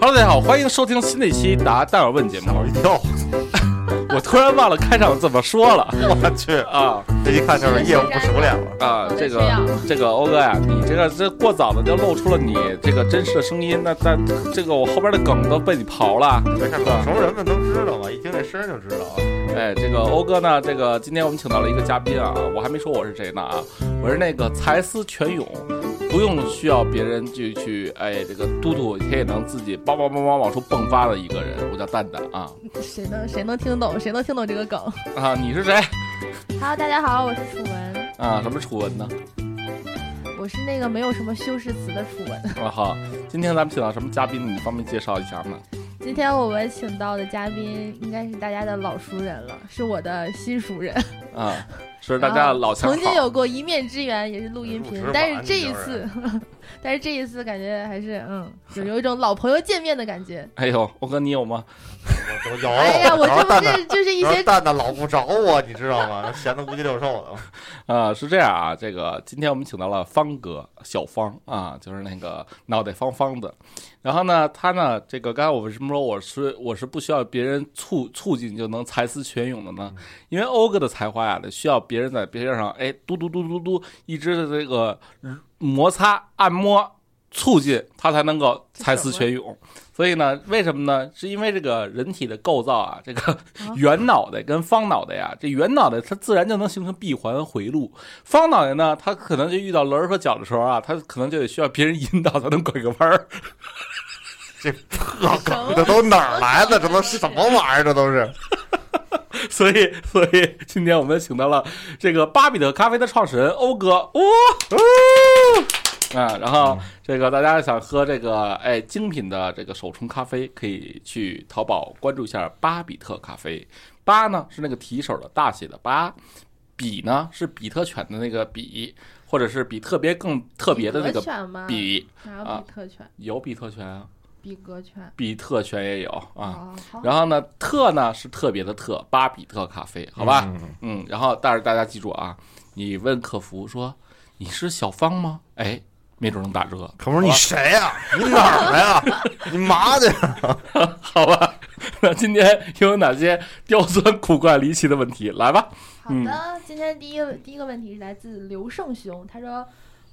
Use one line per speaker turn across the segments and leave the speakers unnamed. Hello，大家好，欢迎收听新的一期《答戴尔问》节目。
我一跳，
我突然忘了开场怎么说了
我去，
啊
这一看就是业务不熟练了。
啊！
我
这
得睡觉
个这个欧哥呀，你这个这过早的就露出了你这个真实的声音，那那这个我后边的梗都被你刨了。
没事，老熟人们都知道嘛，啊一听这声儿就知道啊。
哎，这个欧哥呢，这个今天我们请到了一个嘉宾啊，我还没说我是谁呢啊，我是那个才思泉涌，不用需要别人去去哎这个嘟嘟，他也能自己梆梆梆梆往出迸发的一个人，我叫蛋蛋啊
谁能谁能听懂？谁能听懂这个梗
啊，你是谁
？Hello，大家好，我是楚文，
啊？什么楚文呢？我
我是那个没有什么修饰词的楚文。
啊好，今天咱们请到什么嘉宾？你方便介绍一下吗？
今天我们请到的嘉宾应该是大家的老熟人了，是我的新熟人，
啊，是大家的老强
曾经有
好，
过一面之缘，也是录音
入
频
职，
但
晚
是
啊
这
你
一
就是
次， 但是这一次感觉还是嗯，有有一种老朋友见面的感觉。
哎呦，欧哥你有吗？
我都摇
哦
了，
哎呀，我
然后
这
蛋
不
蛋，
是就是一
然后
些
蛋蛋老不着我，你知道吗？ 闲得五脊六兽的。
啊，是这样啊，这个今天我们请到了方哥，小方啊，就是那个脑袋方方的。然后呢，他呢，这个刚才我为什么说我是我是不需要别人促促进就能才思泉涌的呢？因为欧哥的才华呀、得需要别人在边上哎嘟嘟嘟嘟嘟一直的这个摩擦按摩促进，他才能够才思泉涌。所以呢，为什么呢？是因为这个人体的构造啊，这个 圆脑袋跟方脑袋呀、这圆脑袋它自然就能形成闭环回路，方脑袋呢，它可能就遇到轮儿和脚的时候啊，它可能就得需要别人引导才能拐个弯儿。
这破梗，这都哪儿来的？这都什么玩意儿？这都是
所以，所以今天我们请到了这个巴比特咖啡的创始人欧哥，哦，哦啊，然后这个大家想喝这个哎精品的这个手冲咖啡，可以去淘宝关注一下巴比特咖啡。巴呢是那个提手的大写的巴，比呢是比特犬的那个比，或者是比特别更特别的那
比格
个
犬吗？
比，
哪有
啊
比特犬？
有比特犬啊，
比格犬
比特犬也有啊。
哦好
然后呢，特呢是特别的特，巴比特咖啡，好吧？嗯然后但是大家记住啊，你问客服说你是小芳吗？哎，没准能打折，
可不是你谁呀？你哪儿的 呀？你麻的呀？
好吧？那今天又有哪些刁钻、古怪、离奇的问题？来吧，
好的，今天第一个第一个问题是来自刘胜雄，他说。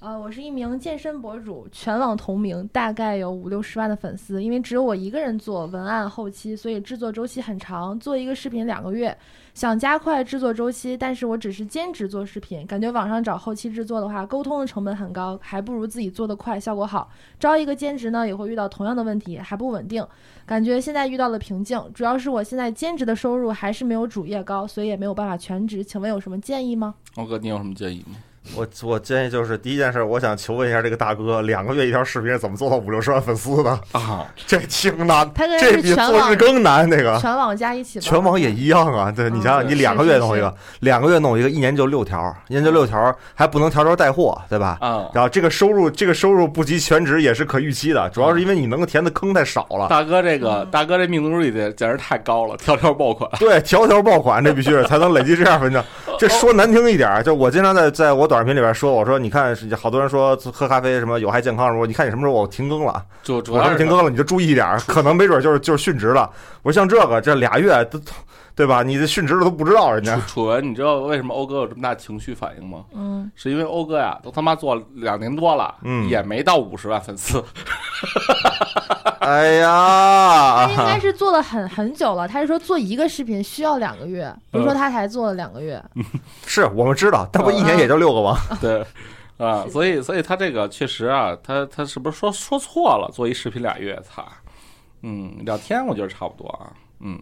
呃，我是一名健身博主，全网同名，大概有五六十万的粉丝。因为只有我一个人做文案后期，所以制作周期很长，做一个视频两个月。想加快制作周期，但是我只是兼职做视频，感觉网上找后期制作的话，沟通的成本很高，还不如自己做得快，效果好。招一个兼职呢，也会遇到同样的问题，还不稳定。感觉现在遇到了瓶颈，主要是我现在兼职的收入还是没有主业高，所以也没有办法全职。请问有什么建议吗？
欧哥，你有什么建议吗？
我我建议就是第一件事，我想求问一下这个大哥，两个月一条视频是怎么做到五六十万粉丝的？
啊，
这挺难，
他跟人
这
是
比
全
做
网
日更难。这个
全网加一起吧，
全网也一样啊，对你想想，
嗯
你两个
是
月
是
弄一
是
个，两个月弄一个，一年就六条，一年就六条，还不能条条带货，对吧？
啊，
然后这个收入，这个收入不及全职也是可预期的，主要是因为你能够填的坑太少 了。
大哥这个
嗯
大哥这命中率简简直太高了，条条爆款。
对，条条爆款，这必须是才能累积这样文章。 这说难听一点儿，就我经常在在我短视频里边说，我说你看，是好多人说喝咖啡什么有害健康什么，你看你什么时候我停更了，
主主
我
要
说
是
停更了，你就注意一点儿，可能没准就是就是殉职了。我说像这个这俩月都，对吧？你这殉职了都不知道人家
楚。楚文，你知道为什么欧哥有这么大情绪反应吗？
嗯，
是因为欧哥呀，都他妈做了两年多了，
嗯
也没到五十万粉丝。
哎
他
呀，
应该是做了很很久了。他是说做一个视频需要两个月，
嗯
比如说他才做了两个月，
是我们知道，但我一年也就六个王。
对，啊，
是
所以所以他这个确实啊，他他是不是说说错了？做一视频俩月，操，嗯，两天我觉得差不多啊，嗯，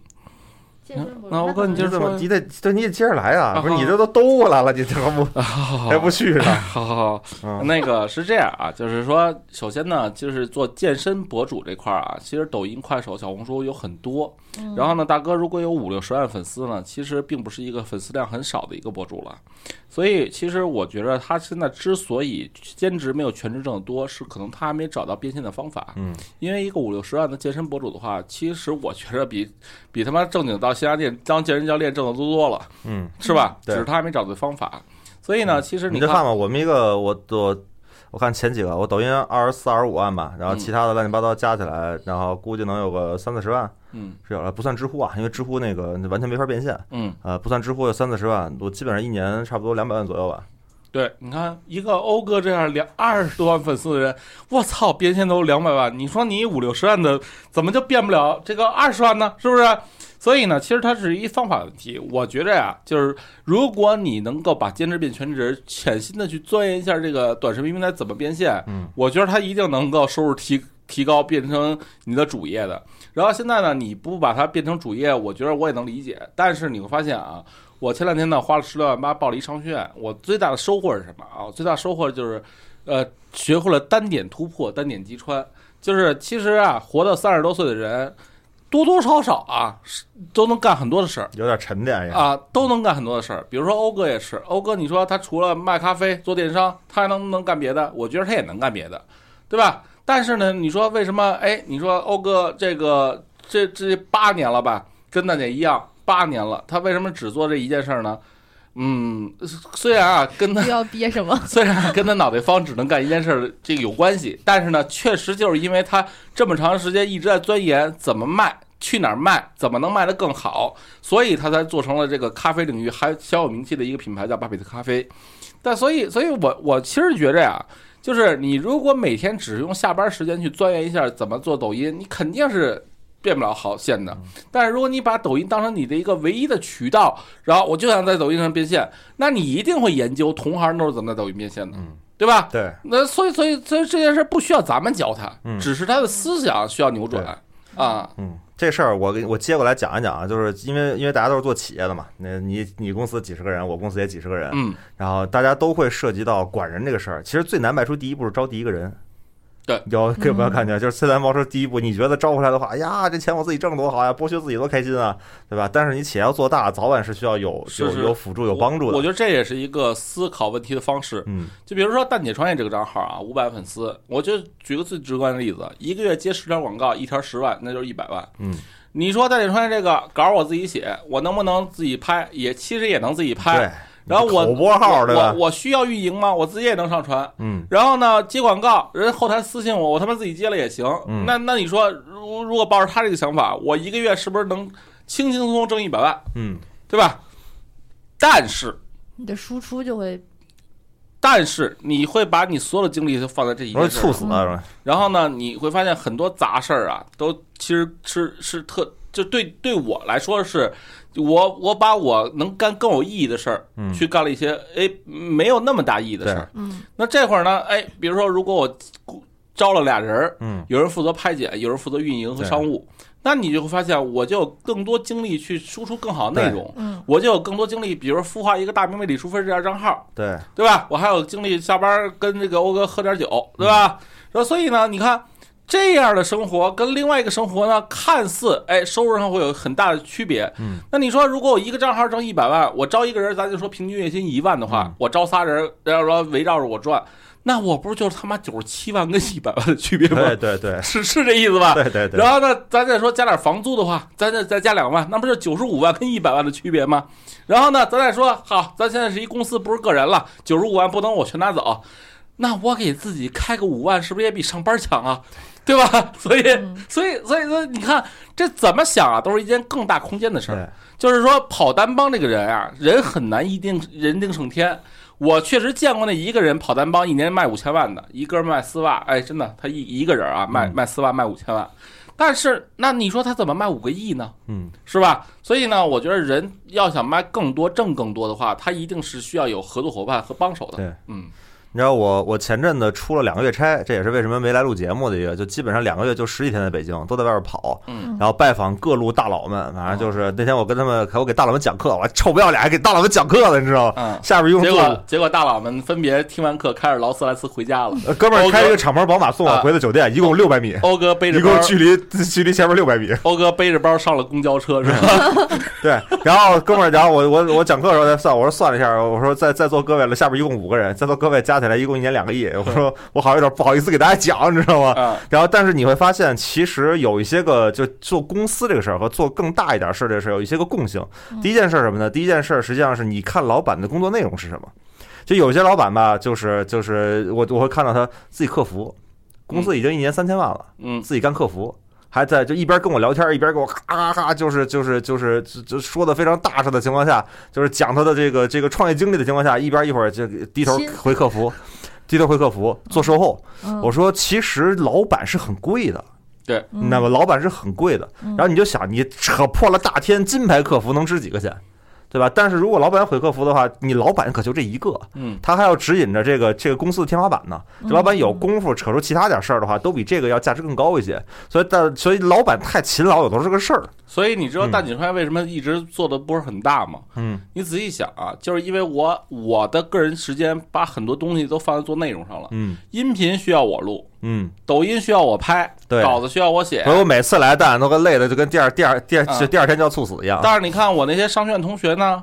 健身博主
那我
他可
跟
能
你就是
怎么
说
你得对，你得接着来啊！
啊
不是你这都兜过来了，你这还不还
哎
不续上？
好好好，
嗯
那个是这样啊，就是说，首先呢，就是做健身博主这块儿啊，其实抖音、快手、小红书有很多。
嗯
然后呢，大哥如果有五六十万粉丝呢，其实并不是一个粉丝量很少的一个博主了。所以，其实我觉得他现在之所以兼职没有全职挣得多，是可能他还没找到变现的方法。
嗯，
因为一个五六十万的健身博主的话，其实我觉着比比他妈正经到线下店当健身教练挣得多多了，
嗯，
是吧？
对嗯
只是他还没找对方法。所以呢，其实
你
你
就
看
看吧，我们一个我我我看前几个，我抖音二十四、二十五万吧，然后
嗯
其他的乱七八糟加起来，然后估计能有个三四十万
嗯
是有了，不算知乎啊，因为知乎那个完全没法变现，
嗯，
呃，不算知乎有三四十万，我基本上一年差不多两百万左右吧。
对，你看一个欧哥这样两二十多万粉丝的人，我操，变现都两百万，你说你五六十万的怎么就变不了这个二十万呢？是不是？所以呢，其实它是一方法问题。我觉着呀、就是如果你能够把兼职变全职，潜心的去钻研一下这个短视频平台怎么变现，
嗯，
我觉得它一定能够收入提提高，变成你的主业的。然后现在呢，你不把它变成主业，我觉得我也能理解。但是你会发现啊，我前两天呢花了十六万八报了一商学院，我最大的收获是什么啊？我最大收获就是，呃，学会了单点突破、单点击穿。就是其实啊，活到三十多岁的人，多多少少啊，是都能干很多的事儿。
有点沉淀也。
啊，都能干很多的事儿。比如说欧哥也是，欧哥你说他除了卖咖啡、做电商，他还能不能干别的？我觉得他也能干别的，对吧？但是呢，你说为什么？哎，你说欧哥这个这这八年了吧，跟大姐一样，八年了，他为什么只做这一件事儿呢？嗯，虽然啊，跟他
又要憋什么？
虽然跟他脑袋方只能干一件事儿这个有关系，但是呢，确实就是因为他这么长时间一直在钻研怎么卖。去哪儿卖？怎么能卖得更好？所以他才做成了这个咖啡领域还小有名气的一个品牌，叫巴比特咖啡。但所以，所以我我其实觉着呀、就是你如果每天只是用下班时间去钻研一下怎么做抖音，你肯定是变不了好线的。但是如果你把抖音当成你的一个唯一的渠道，然后我就想在抖音上变现，那你一定会研究同行都是怎么在抖音变现的，
嗯
对吧？
对，
那所以所以所以这件事不需要咱们教他，
嗯
只是他的思想需要扭转啊。
嗯，这事儿我给我接过来讲一讲啊，就是因为因为大家都是做企业的嘛，那你你公司几十个人，我公司也几十个人，
嗯，
然后大家都会涉及到管人这个事儿。其实最难迈出第一步是招第一个人。
对
有有没有感觉？就是最难冒出第一步，你觉得招回来的话，哎呀，这钱我自己挣多好呀，剥削自己多开心啊，对吧？但是你企业要做大，早晚是需要有
是
有
是
有辅助、有帮助
我。我
的。
觉得这也是一个思考问题的方式。
嗯
就比如说蛋姐创业这个账号啊，五百粉丝，我就举个最直观的例子，一个月接十条广告，一条十万，那就是一百万。
嗯，
你说蛋姐创业这个稿儿我自己写，我能不能自己拍？也其实也能自己
对
拍。。然后我
口播号对
我
吧？
我需要运营吗？我自己也能上传。
嗯，
然后呢，接广告，人后台私信我，我他妈自己接了也行。
嗯
那那你说，如如果抱着他这个想法，我一个月是不是能轻轻松松挣一百万，
嗯，
对吧？但是，
你的输出就会
但是你会把你所有的精力都放在这一
容易
件事
猝
上，
死啊！
然后呢，你会发现很多杂事儿啊，都其实是是特，就对对我来说是，我我把我能干更有意义的事儿，
嗯
去干了一些哎没有那么大意义的事
对
儿。
嗯
那这会儿呢，哎，比如说，如果我招了俩人儿，
嗯，
有人负责拍解，有人负责运营和商务，那你就会发现，我就有更多精力去输出更好的内容，
嗯，
我就有更多精力，比如说孵化一个大明媚李淑芬这样账号，
对，
对吧？我还有精力下班跟这个欧哥喝点酒，对
嗯
吧？然后所以呢，你看。这样的生活跟另外一个生活呢，看似哎收入上会有很大的区别。
嗯，
那你说如果我一个账号挣一百万，我招一个人，咱就说平均月薪一万的话，
嗯
我招仨人，然后说围绕着我转，那我不是就是他妈九十七万跟一百万的区别吗？
对 对对
是是这意思吧？
对对对。
然后呢，咱再说加点房租的话，咱再再加两万，那不就九十五万跟一百万的区别吗？然后呢，咱再说好，咱现在是一公司，不是个人了，九十五万不能我全拿走，那我给自己开个五万，是不是也比上班强啊？对吧？所以，
嗯
所以，所以，所以，你看这怎么想啊，都是一件更大空间的事儿。
对
就是说，跑单帮这个人啊，人很难一定人定胜天。我确实见过那一个人跑单帮，一年卖五千万的，一个人卖丝袜，哎，真的，他一一个人啊，卖
嗯
卖丝袜卖五千万，但是那你说他怎么卖五个亿呢？
嗯，
是吧？所以呢，我觉得人要想卖更多、挣更多的话，他一定是需要有合作伙伴和帮手的。
对，
嗯
你知道我我前阵子出了两个月差，这也是为什么没来录节目的一个，就基本上两个月就十几天在北京，都在外边跑，
嗯哦
然后拜访各路大佬们，反正就是那天我跟他们，我给大佬们讲课，我还臭不要脸，还给大佬们讲课呢，你知道吗？
嗯。
下边用
结
坐
果结果大佬们分别听完课，开着劳斯莱斯回家了。
呃哥们儿开一个敞篷宝马送我
啊
回的酒店，一共六百米，
欧哥背着
一
包
共，距离 距离前面六百米。
欧哥背着包上了公交车，是 吧？
对，然后哥们儿，然后我我我讲课的时候再算，我说算了一下，我说在在座各位了，下边一共五个人，在座各位加起来一共一年两个亿，我
嗯
说我好像有点不好意思给大家讲，你知道吗？
啊，
然后，但是你会发现，其实有一些个就做公司这个事儿和做更大一点事儿这个事儿有一些个共性
嗯。
第一件事儿什么呢？第一件事儿实际上是你看老板的工作内容是什么。就有些老板吧，就是就是我我会看到他自己客服，公司已经一年三千万了，
嗯
自己干客服，还在就一边跟我聊天，一边给我咔咔咔，就是就是就是就就说的非常大声的情况下，就是讲他的这个这个创业经历的情况下，一边一会儿就低头
亲
回客服，低头回客服做售后。
嗯
我说其实老板是很贵的，你知道吗？老板是很贵的。
嗯
然后你就想，你扯破了大天，金牌客服能值几个钱，对吧？但是如果老板回客服的话，你老板可就这一个，
嗯
他还要指引着这个这个公司的天花板呢。这老板有
嗯
功夫扯出其他点事儿的话，都比这个要价值更高一些。所以但所以老板太勤劳有的时候是个事儿。
所以你知道
嗯
大井川为什么一直做的不是很大吗？
嗯
你仔细想啊，就是因为我我的个人时间把很多东西都放在做内容上了，
嗯
音频需要我录，
嗯，
抖音需要我拍，
对
稿子需要我写。
所以我每次来蛋都跟累的就跟第二第二第二
啊
就第二天就要猝死一样。
但是你看我那些商学院同学呢，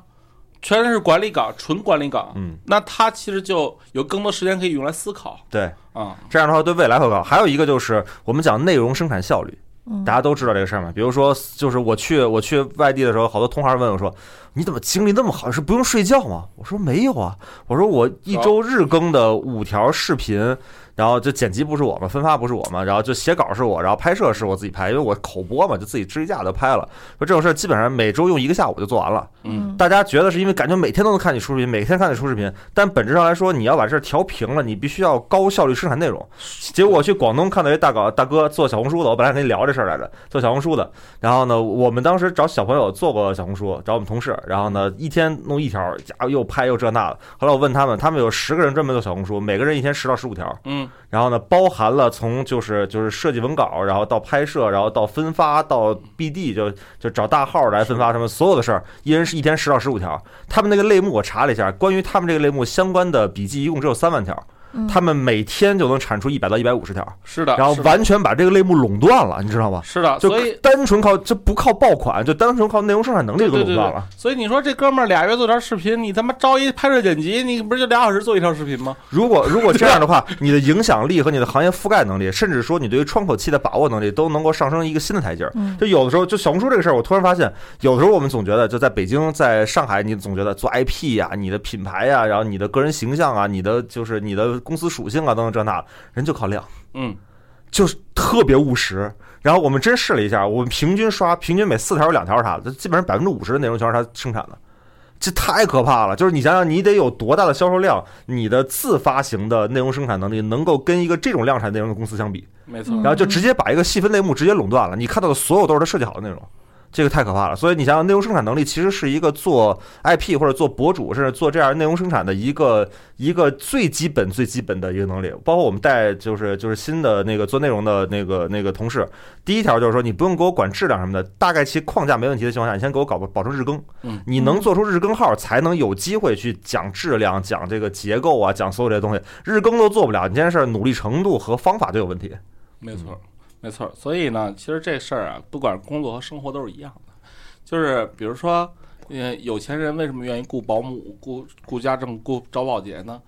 全是管理岗，纯管理岗，
嗯，
那他其实就有更多时间可以用来思考
对，
啊。
这样的话对未来会高。还有一个就是我们讲内容生产效率。
嗯
大家都知道这个事儿嘛。比如说，就是我去我去外地的时候，好多同行问我说：“你怎么精力那么好？是不用睡觉吗？”我说：“没有啊，我说我一周日更的五条视频，然后就剪辑不是我嘛，分发不是我嘛，然后就写稿是我，然后拍摄是我自己拍，因为我口播嘛，就自己支一架就拍了。说这种事儿基本上每周用一个下午就做完了。
嗯，
大家觉得是因为感觉每天都能看你出视频，每天看你出视频，但本质上来说，你要把这儿调平了，你必须要高效率生产内容。结果我去广东看到一大搞大哥做小红书的，我本来跟你聊这事儿来着，做小红书的。然后呢，我们当时找小朋友做过小红书，找我们同事，然后呢一天弄一条，家伙又拍又这那的。后来我问他们，他们有十个人专门做小红书，每个人一天十到十五条。
嗯，
然后呢，包含了从就是就是设计文稿，然后到拍摄，然后到分发，到 BD 就就找大号来分发什么所有的事儿，一人是一天十到十五条。他们那个类目我查了一下，关于他们这个类目相关的笔记一共只有三万条，
嗯
他们每天就能产出一百到一百五十条，
是的，
然后
啊是的
完全把这个类目垄断了，你知道吗？
是的，
就
所以
单纯靠这不靠爆款，就单纯靠内容生产能力
对
都
对
垄
对
断了。
所以你说这哥们儿俩月做条视频，你他妈招一拍摄剪辑，你不是就俩小时做一条视频吗？
如果如果这样的话，你的影响力和你的行业覆盖能力，甚至说你对于窗口期的把握能力，都能够上升一个新的台阶儿。
嗯
就有的时候，就小红书这个事儿，我突然发现，有的时候我们总觉得，就在北京、在上海，你总觉得做 IP 呀、你的品牌呀、然后你的个人形象啊、你的就是你的公司属性啊等等这那，人就靠量，
嗯，
就是特别务实。然后我们真试了一下，我们平均刷，平均每四条有两条是他的，基本上百分之五十的内容全是他生产的。这太可怕了！就是你想想，你得有多大的销售量，你的自发型的内容生产能力能够跟一个这种量产内容的公司相比，
没错。
嗯
然后就直接把一个细分类目直接垄断了。你看到的所有都是他设计好的内容，这个太可怕了。所以你想想，内容生产能力其实是一个做 IP 或者做博主，甚至做这样内容生产的一个一个最基本最基本的一个能力。包括我们带就是就是新的那个做内容的那个那个同事，第一条就是说你不用给我管质量什么的，大概其框架没问题的情况下，你先给我搞保证日更
嗯。
你能做出日更号，才能有机会去讲质量、讲这个结构啊、讲所有这些东西。日更都做不了，你这件事儿努力程度和方法就有问题。
没错，没错。所以呢，其实这事儿啊，不管工作和生活都是一样的，就是比如说，呃，有钱人为什么愿意雇保姆、雇雇家政、雇找保洁呢？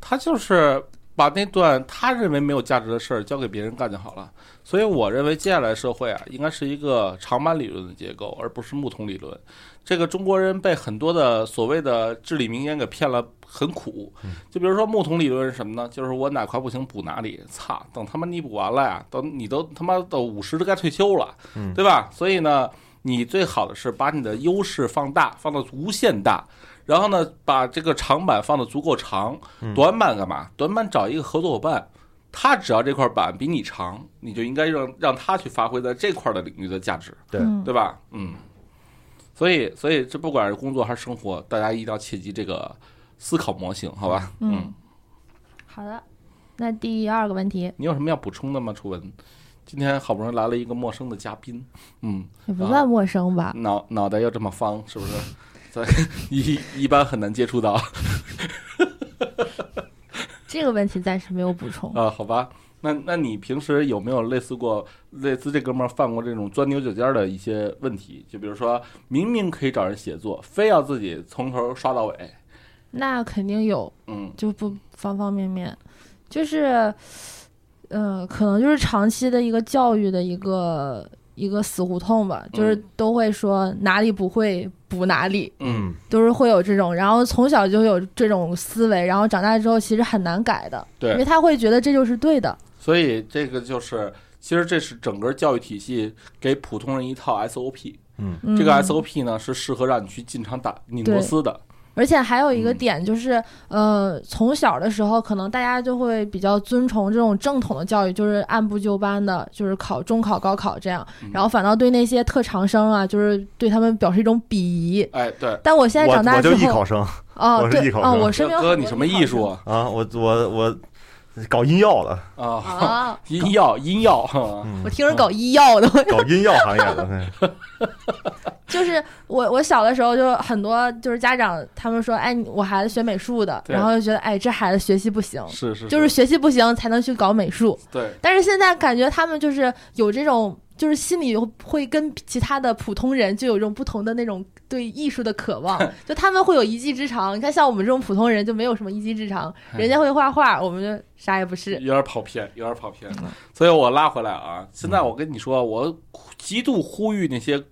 他就是把那段他认为没有价值的事儿交给别人干就好了。所以我认为接下来社会啊，应该是一个长板理论的结构，而不是木桶理论。这个中国人被很多的所谓的至理名言给骗了，很苦。就比如说木桶理论是什么呢？就是我哪块不行补哪里，操，等他妈你补完了呀，等你都他妈都五十都该退休了，
嗯
对吧？所以呢，你最好的是把你的优势放大，放到无限大。然后呢，把这个长板放得足够长，
嗯
短板干嘛？短板找一个合作伙伴，他只要这块板比你长，你就应该让让他去发挥在这块的领域的价值。
对
嗯
对吧？嗯，所以所以这不管是工作还是生活，大家一定要切记这个思考模型，好吧？
嗯，好的。那第二个问题
你有什么要补充的吗，楚文？今天好不容易来了一个陌生的嘉宾，嗯，
也不
啊
算陌生吧？
脑脑袋又这么方，是不是？在一一般很难接触到
这个问题暂时没有补充。
啊，好吧？那那你平时有没有类似过类似这哥们儿犯过这种钻牛角尖儿的一些问题？就比如说明明可以找人写作，非要自己从头刷到尾，
那肯定有，
嗯
就不方方面面，就是，呃，可能就是长期的一个教育的一个一个死胡同吧，就是都会说哪里不会补哪里，
嗯，
都是会有这种，然后从小就有这种思维，然后长大之后其实很难改的，因为
对，
他会觉得这就是对的，
所以这个就是，其实这是整个教育体系给普通人一套 SOP，
嗯、
这个 SOP 呢是适合让你去进厂打拧螺丝的，
而且还有一个
嗯
点就是，呃，从小的时候，可能大家就会比较遵从这种正统的教育，就是按部就班的，就是考中考、高考这样
嗯，
然后反倒对那些特长生啊，就是对他们表示一种鄙夷。
哎，对，
但我现在长
我
大
我
之
就艺
后
考，生
哦，
我是
对
艺，考
哦，
生
我身边有
哥
很
你
多
什么
艺考
艺术
生
啊？
啊，我我我搞音药了，
啊，
啊？
音药音药，哈
嗯
我听着搞医药的，
搞音药行业 的，哎对
就是我我小的时候就很多就是家长他们说，哎，我孩子学美术的，
对
然后就觉得哎这孩子学习不行，
是是，
就是学习不行才能去搞美术。
对，
但是现在感觉他们就是有这种，就是心里会跟其他的普通人就有一种不同的那种对艺术的渴 望，就他们会有一技之长。你看，像我们这种普通人就没有什么一技之长，
哎
人家会画画，我们就啥也不是。
有点跑偏，有点跑偏，所以我拉回来啊。现在我跟你说，我极度呼吁那些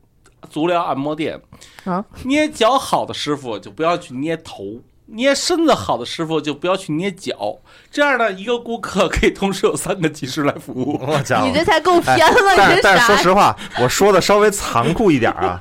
足疗按摩店
啊，
捏脚好的师傅就不要去捏头。捏身子好的师傅就不要去捏脚，这样呢，一个顾客 可以同时有三个技师来服务。
我家伙
你，这才够偏了，
哎但
你
是
这
但是
啥
说
呀？
实话，我说的稍微残酷一点啊，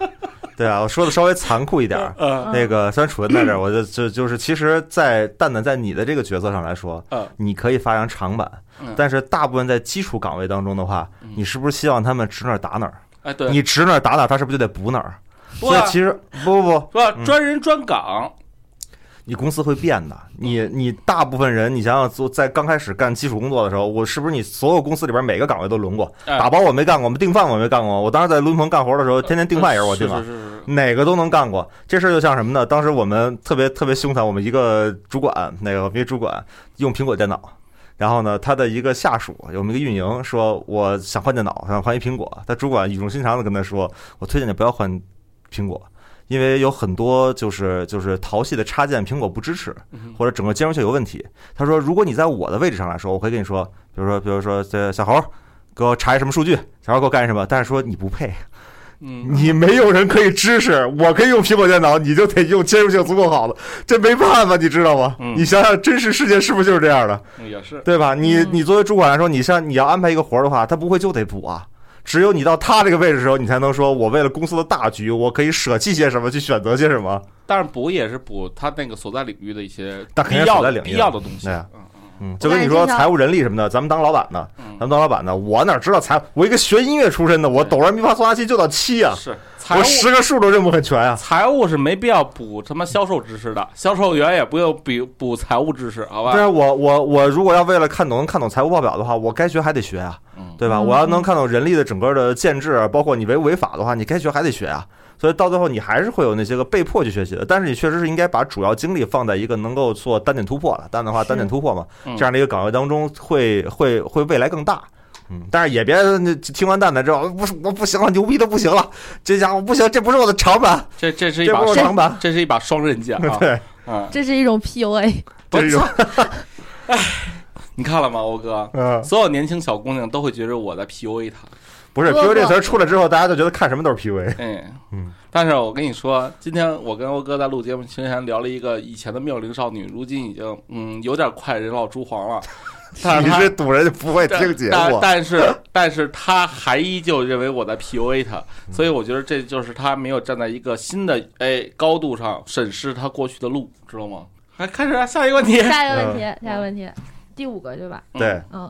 对啊，我说的稍微残酷一点儿。
嗯
呃，
那个虽然楚文在这儿，我就就就是，其实，在蛋蛋在你的这个角色上来说
嗯，
你可以发扬长板
嗯，
但是大部分在基础岗位当中的话
嗯，
你是不是希望他们指哪儿打哪儿？
哎，对，
你指哪儿打哪儿，他是不是就得补哪儿？
不
所以其实不不不，
是吧？
嗯
专人专岗，
你公司会变的。你你大部分人，你想想，做在刚开始干基础工作的时候，我是不是你所有公司里边每个岗位都轮过？
哎
打包我没干过，订饭我没干过。我当时在抡棚干活的时候，天天订饭也是我订啊
呃是，是是是，
哪个都能干过。这事儿就像什么呢？当时我们特别特别凶残，我们一个主管，那个我们一个主管用苹果电脑。然后呢，他的一个下属，我们一个运营说，我想换电脑，想换一苹果。他主管语重心长的跟他说，我推荐你不要换苹果，因为有很多就是就是淘系的插件苹果不支持。
嗯
或者整个金融学有问题。他说，如果你在我的位置上来说，我会跟你说，比如说，比如说，这小猴给我查一什么数据，小猴给我干什么，但是说你不配，
嗯，
你没有人可以支持，我可以用苹果电脑，你就得用兼容性足够好的，这没办法，你知道吗？
嗯
你想想，真实世界是不是就是这样的，
也是，
对吧？你
嗯
你作为主管来说，你像你要安排一个活儿的话，他不会就得补啊。只有你到他这个位置的时候，你才能说，我为了公司的大局，我可以舍弃些什么，去选择些什么。
但是补也是补他那个所在领域的一些
但肯
必
定
要
所在
的
领域
必要的东西。
对啊
嗯嗯
嗯，就跟你说财务人力什么的，咱们当老板的，
嗯
咱们当老板的，我哪知道财？我一个学音乐出身的，我
对
哆来咪发嗦拉西就到七啊，
是财
我
务。
十个数都认不很全啊。
财务是没必要补他妈销售知识
嗯
的，销售员也不用比补财务知识，好吧？
但是啊我我我如果要为了看懂看懂财务报表的话，我该学还得学啊，
嗯，
对吧？
嗯
我要能看懂人力的整个的建制，啊包括你违不违法的话，你该学还得学啊。所以到最后你还是会有那些个被迫去学习的，但是你确实是应该把主要精力放在一个能够做单点突破的，单的话
是
单点突破嘛，
嗯
这样的一个岗位当中会会会未来更大。嗯，但是也别那听完蛋蛋之后，不是我不行了，牛逼的不行了，这家伙不行，这不是我的长板，
这这是一
这
把
不是我
双
长板。
这是一把双刃剑啊！
对，
嗯，
这是一种 PUA，
不
这
是
种，
你看了吗，欧哥？
嗯，
所有年轻小姑娘都会觉得我在 PUA 她。
不是
不
PUA 这
不
词儿出来之后，大家就觉得看什么都是 PUA。
哎，
嗯，
但是我跟你说，今天我跟欧哥在录节目之前聊了一个以前的妙龄少女，如今已经嗯有点快人老珠黄了，但是
你
她
是赌人就不会 听
但
节
但
目，
但是但是她还依旧认为我在 PUA 她，所以我觉得这就是她没有站在一个新的哎高度上审视她过去的路，知道吗？还开始啊，下一个问题，
下一个问题，
嗯
下一个问题，第五个对吧？
对，
嗯，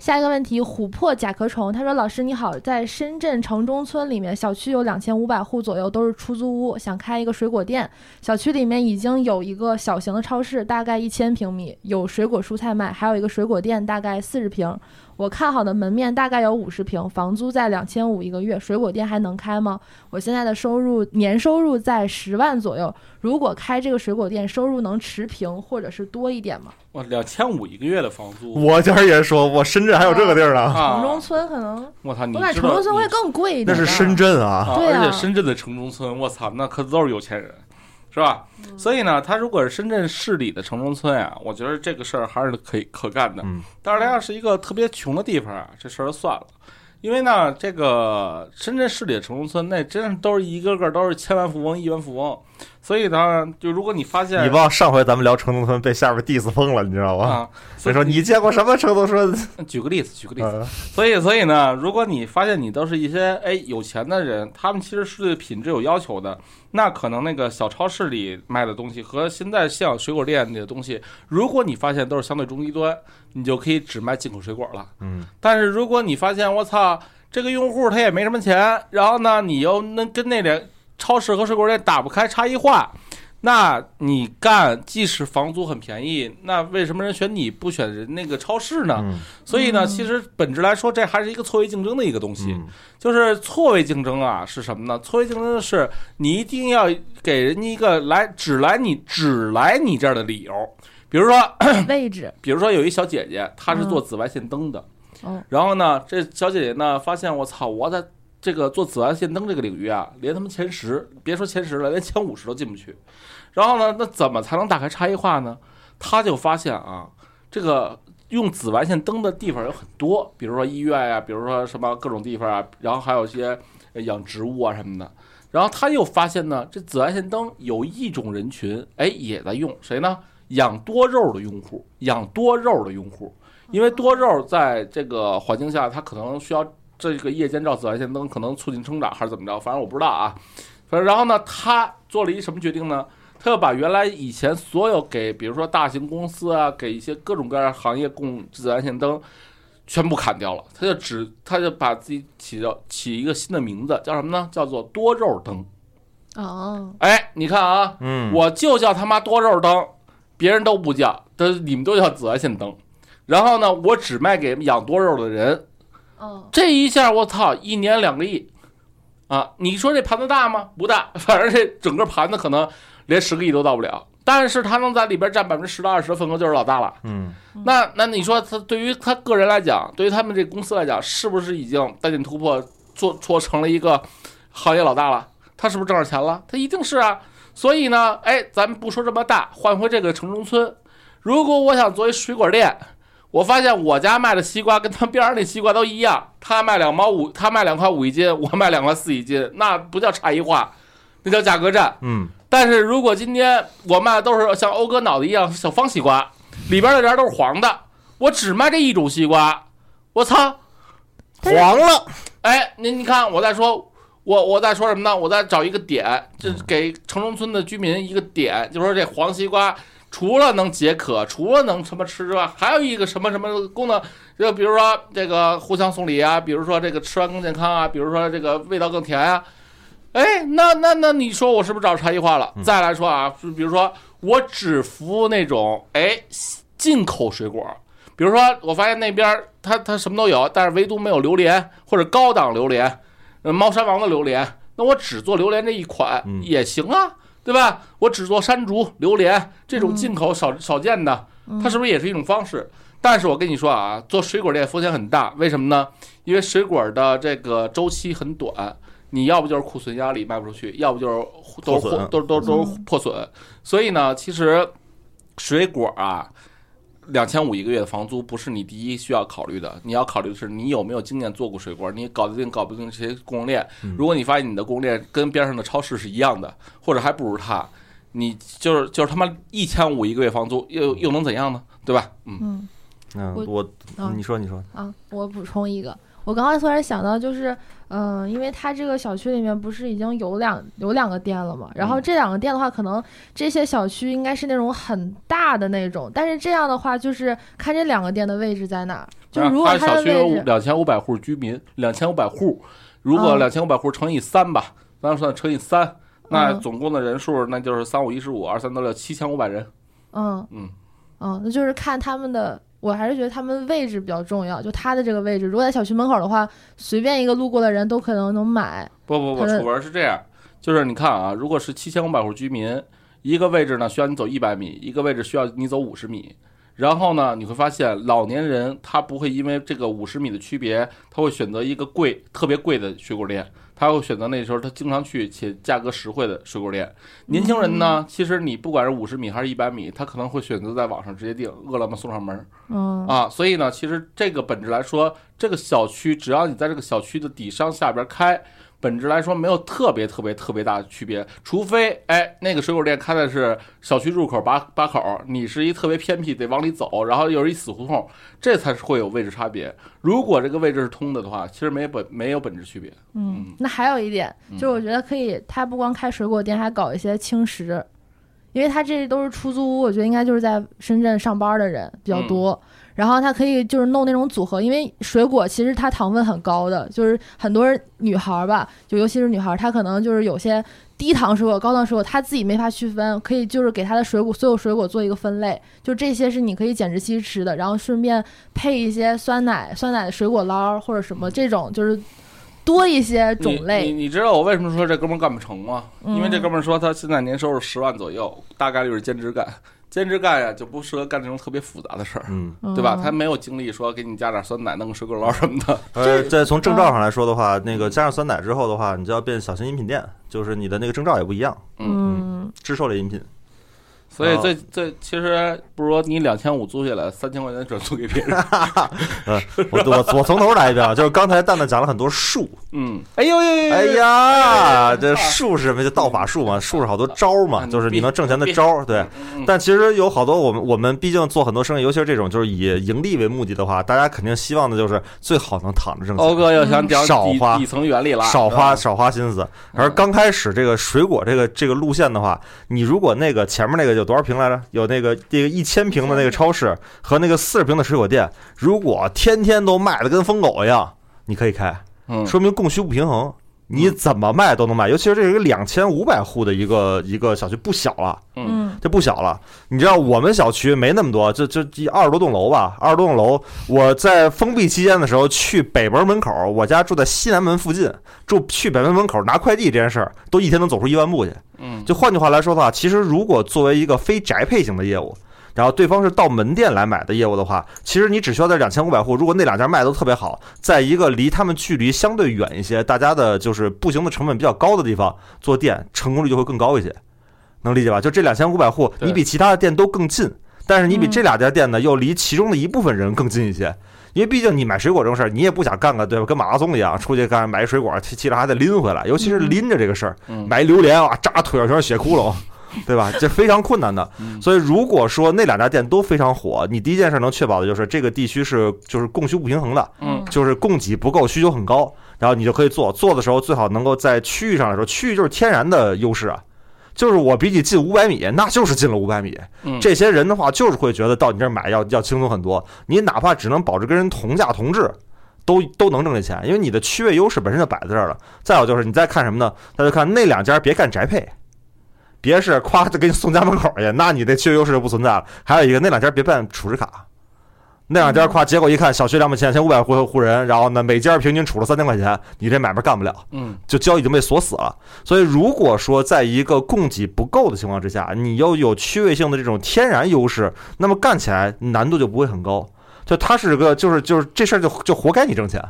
下一个问题，琥珀甲壳虫，他说：“老师你好，在深圳城中村里面，小区有两千五百户左右都是出租屋，想开一个水果店。小区里面已经有一个小型的超市，大概一千平米，有水果蔬菜卖，还有一个水果店，大概四十平。我看好的门面大概有五十平，房租在两千五一个月，水果店还能开吗？我现在的收入年收入在十万左右，如果开这个水果店，收入能持平或者是多一点吗？
哇，两千五一个月的房租
我家人也说，我深圳还有这个地儿呢，
啊
城！中村可能。”
我操，你
我感
知
觉城
道
中村会
你
更贵一
那
点吧。
是深圳啊，
啊，
对啊
而且深圳的城中村，我操，那可都是有钱人，是吧？所以呢，他如果是深圳市里的城中村啊，我觉得这个事儿还是可以可干的。
嗯
但是他要是一个特别穷的地方啊，这事儿就算了。因为呢，这个深圳市里的城中村那真是都是一个个都是千万富翁、亿万富翁，所以呢，就如果你发现
你忘上回咱们聊城中村被下边 diss 疯了，你知道吗？
啊，所
所以说你见过什么城中 村？
举个例子，举个例子，
嗯
所以所以呢，如果你发现你都是一些哎有钱的人，他们其实是对品质有要求的，那可能那个小超市里卖的东西和现在像水果店里的东西，如果你发现都是相对中低端，你就可以只卖进口水果了。
嗯，
但是如果你发现我操，这个用户他也没什么钱，然后呢，你又能跟那点超市和水果店打不开差异化，那你干即使房租很便宜，那为什么人选你不选人那个超市呢？
嗯
所以呢，
嗯
其实本质来说，这还是一个错位竞争的一个东西。
嗯
就是错位竞争啊，是什么呢？错位竞争是你一定要给人家一个来只来你只来你这儿的理由。比如说，
位置，
比如说有一小姐姐，她是做紫外线灯的，
哦，
然后呢，这小姐姐呢发现我操，我在这个做紫外线灯这个领域啊，连他们前十，别说前十了，连前五十都进不去。然后呢，那怎么才能打开差异化呢？她就发现啊，这个用紫外线灯的地方有很多，比如说医院呀、比如说什么各种地方啊，然后还有一些呃养植物啊什么的。然后她又发现呢，这紫外线灯有一种人群，哎，也在用，谁呢？养多肉的用户，养多肉的用户，因为多肉在这个环境下，它可能需要这个夜间照紫外线灯，可能促进生长还是怎么着，反正我不知道啊。反正然后呢，他做了一什么决定呢？他要把原来以前所有给，比如说大型公司啊，给一些各种各样行业供紫外线灯，全部砍掉了。他就只他就把自己起叫起一个新的名字，叫什么呢？叫做多肉灯。
哦，
哎，你看啊，
嗯，
我就叫他妈多肉灯，别人都不叫，都你们都叫紫外线灯。然后呢，我只卖给养多肉的人。
哦，
这一下我操，一年两个亿啊！你说这盘子大吗？不大， 反正这整个盘子可能连十个亿都到不了。但是他能在里边占百分之十到二十的份额，就是老大了。
嗯
那那你说他对于他个人来讲，对于他们这公司来讲，是不是已经带进突破，做做成了一个行业老大了？他是不是挣着钱了？他一定是啊。所以呢，哎，咱们不说这么大，换回这个城中村，如果我想作为水果店，我发现我家卖的西瓜跟他边上那西瓜都一样，他卖两毛五，他卖两块五一斤，我卖两块四一斤，那不叫差异化，那叫价格战。
嗯
但是如果今天我卖的都是像欧哥脑袋一样小方西瓜，里边的瓤都是黄的，我只卖这一种西瓜，我操！
但是
黄了，
哎，您您看，我在说，我 我在说什么呢？我在找一个点，这给城中村的居民一个点，就说这黄西瓜除了能解渴，除了能什么吃之外，还有一个什么什么功能，就比如说这个互相送礼啊，比如说这个吃完更健康啊，比如说这个味道更甜啊。哎，那那那你说我是不是找差异化了？
嗯
再来说啊，就比如说我只服务那种哎进口水果，比如说，我发现那边儿它它什么都有，但是唯独没有榴莲或者高档榴莲，呃猫山王的榴莲，那我只做榴莲这一款、
嗯
也行啊，对吧？我只做山竹、榴莲这种进口少、少见的，
嗯
它是不是也是一种方式？但是我跟你说啊，做水果店风险很大，为什么呢？因为水果的这个周期很短，你要不就是库存压力卖不出去，要不就是都
破
是
损
都都都是破损。所以呢，其实水果啊，两千五一个月的房租不是你第一需要考虑的，你要考虑的是你有没有经验做过水果，你搞得定搞不定这些供应链。如果你发现你的供应链跟边上的超市是一样的，或者还不如它，你就是就是他妈一千五一个月房租，又又能怎样呢？对吧？嗯
嗯
嗯，
我
我
啊
你说你说，
啊，我补充一个，我刚刚突然想到，就是，嗯、因为它这个小区里面不是已经有两有两个店了嘛，然后
嗯
这两个店的话，可能这些小区应该是那种很大的那种，但是这样的话，就是看这两个店的位置在哪儿，就是如果
它
它
啊小
的
区有
位置，
两千五百户居民，两千五百户，如果
嗯
两千五百户乘以三吧，咱算乘以三，那
嗯
总共的人数那就是三五一十五二三得六七千五百人。
嗯
嗯
嗯，那就是看他们的。我还是觉得他们位置比较重要，就它的这个位置，如果在小区门口的话，随便一个路过的人都可能能买。
不不不，
它的
楚文是这样，就是你看啊，如果是七千五百户居民，一个位置呢需要你走一百米，一个位置需要你走五十米。然后呢，你会发现老年人他不会因为这个五十米的区别，他会选择一个贵特别贵的水果店，他会选择那时候他经常去且价格实惠的水果店。年轻人呢，其实你不管是五十米还是一百米，他可能会选择在网上直接订，饿了么送上门儿
嗯
啊。所以呢，其实这个本质来说，这个小区只要你在这个小区的底商下边开。本质来说没有特别特别特别大的区别，除非哎那个水果店开的是小区入口八八口，你是一特别偏僻得往里走，然后又是一死胡同，这才是会有位置差别。如果这个位置是通的的话，其实没本没有本质区别。
嗯，那还有一点就是，我觉得可以，他不光开水果店，还搞一些轻食，因为他这都是出租屋，我觉得应该就是在深圳上班的人比
嗯
较多。然后他可以就是弄那种组合，因为水果其实它糖分很高的，就是很多人女孩儿吧，就尤其是女孩儿，她可能就是有些低糖水果、高糖水果，她自己没法区分，可以就是给她的水果所有水果做一个分类，就这些是你可以减脂期吃的，然后顺便配一些酸奶、酸奶水果捞儿或者什么这种，就是多一些种类。
你你你知道我为什么说这哥们儿干不成吗？
嗯
因为这哥们儿说他现在年收入十万左右，大概率是兼职干。兼职干呀，就不适合干这种特别复杂的事儿，
嗯，
嗯
对吧？他没有精力说给你加点酸奶，弄个水果捞什么 的。
啊
呃，在从证照上来说的话，那个加上酸奶之后的话，你就要变小型饮品店，就是你的那个证照也不一样，
嗯
制售类饮 品。
所以
哦
最最其实不如说你两千五租下来，三千块钱转租给别 人。
我我我从头来一遍啊，就是刚才蛋蛋讲了很多术，
嗯， 哎呦呦呦
哎
呦，
呀，这术是什么？就道法术嘛，术是好多招儿嘛，
嗯
就是你能挣钱的招儿。对，
嗯
但其实有好多我们我们毕竟做很多生意，尤其是这种就是以盈利为目的的话，大家肯定希望的就是最好能躺着挣
欧
钱，
哥又想讲
嗯少
底
花
底层原理了，
少花
嗯
少花心思。而刚开始这个水果这个这个路线的话，你如果那个前面那个有多少瓶来着？有那个这个一千瓶的那个超市和那个四十瓶的水果店，如果天天都卖的跟疯狗一样，你可以开。
嗯
说明供需不平衡，你怎么卖都能卖。尤其是这是一个两千五百户的一个一个小区，不小了，
嗯
嗯
这不小了。你知道我们小区没那么多，这这这二十多栋楼吧，二十多栋楼。我在封闭期间的时候去北门门口，我家住在西南门附近，住去北门门口拿快递这件事儿，都一天能走出一万步去。
嗯，
就换句话来说的话，其实如果作为一个非宅配型的业务，然后对方是到门店来买的业务的话，其实你只需要在两千五百户，如果那两家卖的都特别好，在一个离他们距离相对远一些，大家的就是步行的成本比较高的地方做店，成功率就会更高一些，能理解吧？就这两千五百户，
对
你比其他的店都更近，但是你比
嗯
这俩家店呢，又离其中的一部分人更近一些。因为毕竟你买水果这种事儿，你也不想干个对吧？跟马拉松一样，出去干买水果，其其实还得拎回来，尤其是
嗯
拎着这个事儿，
嗯
买一榴莲啊，扎腿上全是血窟窿，对吧？这非常困难的。
嗯
所以如果说那两家店都非常火，你第一件事能确保的就是这个地区是就是供需不平衡的，
嗯
就是供给不够，需求很高，然后你就可以做。做的时候最好能够在区域上来说，区域就是天然的优势啊。就是我比你近五百米，那就是近了五百米。
嗯
这些人的话，就是会觉得到你这儿买要要轻松很多。你哪怕只能保持跟人同价同质，都都能挣这钱，因为你的区位优势本身就摆在这儿了。再有就是你再看什么呢？再就看那两家别干宅配，别是夸就给你送家门口去，那你的区位优势就不存在了。还有一个，那两家别办储值卡。那两家夸，结果一看，小区两百千，千五百户户人，然后呢，每家平均储了三千块钱，你这买卖干不了。
嗯
就交易已经被锁死了。所以，如果说在一个供给不够的情况之下，你又有区位性的这种天然优势，那么干起来难度就不会很高。就它是个，就是就是这事儿就就活该你挣钱，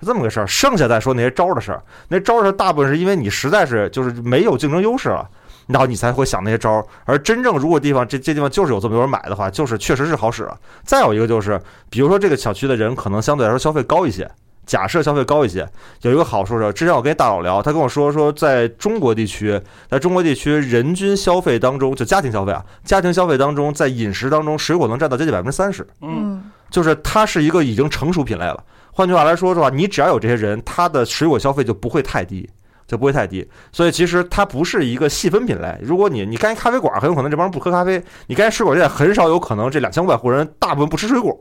是这么个事儿。剩下再说那些招儿的事儿，那招儿的事儿大部分是因为你实在是就是没有竞争优势了。然后你才会想那些招儿，而真正如果地方这这地方就是有这么多人买的话，就是确实是好使。再有一个就是，比如说这个小区的人可能相对来说消费高一些，假设消费高一些，有一个好处是，之前我跟一大佬聊，他跟我说说，在中国地区，在中国地区人均消费当中，就家庭消费啊，家庭消费当中，在饮食当中，水果能占到接近百分之三十，
嗯
就是它是一个已经成熟品类了。换句话来说的话，你只要有这些人，他的水果消费就不会太低，就不会太低。所以其实它不是一个细分品类。如果你你干一咖啡馆，很有可能这帮人不喝咖啡；你干一水果店，很少有可能这两千五百户人大部分不吃水果，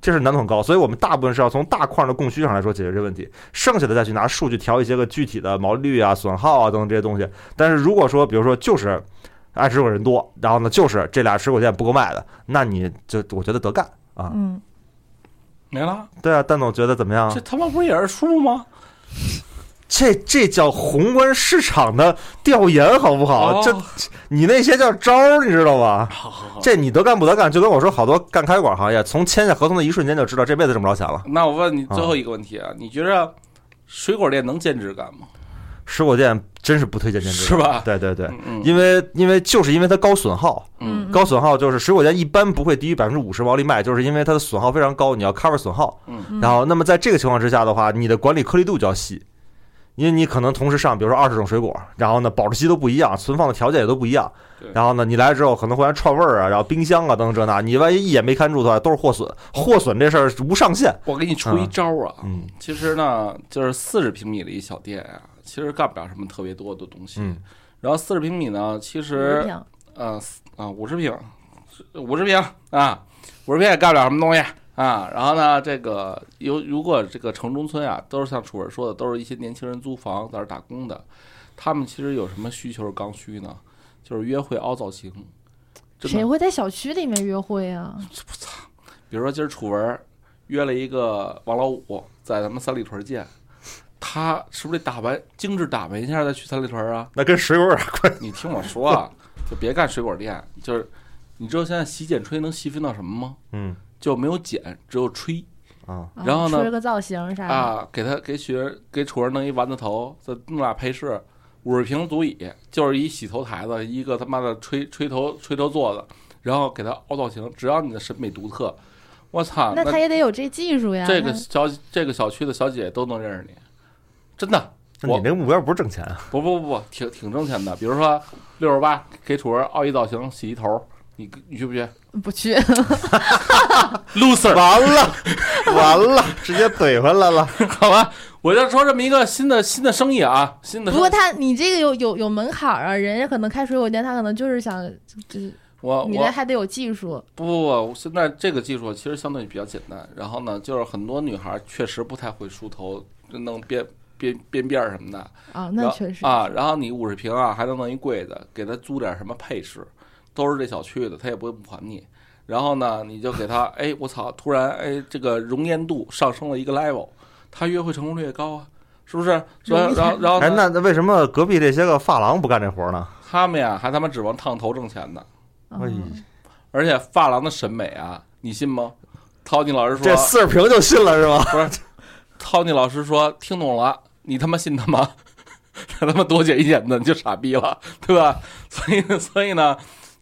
这是难度很高。所以我们大部分是要从大块的供需上来说解决这个问题，剩下的再去拿数据调一些个具体的毛利率啊、损耗啊等等这些东西。但是如果说，比如说就是。爱吃水果人多，然后呢，就是这俩水果店不够卖的，那你就我觉得得干啊。
嗯，
没了，
对啊，蛋总觉得怎么样
这？他妈不是也是输吗？
这这叫宏观市场的调研，好不好？
哦
这你那些叫招儿，你知道吗？
好好好，
这你得干不得干，就跟我说好多干开馆行业，从签下合同的一瞬间就知道这辈子挣不着钱了。
那我问你最后一个问题啊，你觉着水果店能兼职干吗？
水果店真是不推荐兼职，
是吧？
对对对，
嗯嗯
啊因为因为就是因为它高损耗，
嗯
高损耗就是水果店一般不会低于百分之五十往里卖，就是因为它的损耗非常高，你要 cover 损耗。
嗯
然后，那么在这个情况之下的话，你的管理颗粒度就要细，因为你可能同时上，比如说二十种水果，然后呢保质期都不一样，存放的条件也都不一样
对。
然后呢，你来了之后可能会然串味儿啊，然后冰箱啊等等这那，你万一一眼没看住的话，都是货损。货损这事儿无上限。
我给你出一招啊，
嗯
其实呢，就是四十平米的一小店啊，其实干不了什么特别多的东西。
嗯，
然后四十平米呢，其
嗯
实呃四啊五十平，五十平啊，五十平也干不了什么东西啊。然后呢，这个有如果这个城中村啊，都是像楚儿说的，都是一些年轻人租房在这儿打工的，他们其实有什么需求是刚需呢？就是约会凹造型。真的
谁会在小区里面约会啊？
比如说今儿楚文儿约了一个王老五在咱们三里屯见，他是不是得打扮精致打扮一下再去三里屯啊？
那跟水果有点关系。
你听我说啊，就别干水果店，就是你知道现在洗剪吹能细分到什么吗？
嗯
就没有剪，只有吹
啊，
啊
然后呢
出了个造型啥的，
啊！给他给雪儿给楚文弄一丸子头，再弄俩配饰，五十平足矣，就是一洗头台子，一个他妈的吹吹头吹头座子，然后给他凹造型，只要你的审美独特，我操！
那他也得有这技术呀。
啊这个
他
小这个小区的小姐姐都能认识你，真的
那你
我
那个目标不是挣钱啊？
不不不不，挺挺挣钱的。比如说六十八给楚文凹一造型，洗一头，你你去不去
不去，
？loser
完 了完了，直接怼回来了。
好吧，我就说这么一个新的新的生意啊，新的
不
生意
过他你这个有有有门槛儿啊，人家可能开水果店，他可能就是想，就是
我
你这
哦我
还得有技术。
不不不，我现在这个技术其实相对比较简单。然后呢，就是很多女孩确实不太会梳头，弄边边边辫儿什么的。
啊，
然
那
后
确实
啊。然后你五十平啊，还能弄一柜子，给他租点什么配饰，都是这小区的，他也不会不还你。然后呢，你就给他，哎，我操，突然，哎，这个容颜度上升了一个 level，他约会成功率也高啊，是不是？然后，然后，然后
哎，
呢
那那为什么隔壁这些个发廊不干这活呢？
他们呀，还他妈指望烫头挣钱呢，
啊
哎
而且发廊的审美啊，你信吗？涛尼老师
这
说，
四十平就信了是吗？
涛尼老师说，听懂了，你他妈信他吗？ 他他妈多剪一剪子你就傻逼了， 对吧？所以所以呢，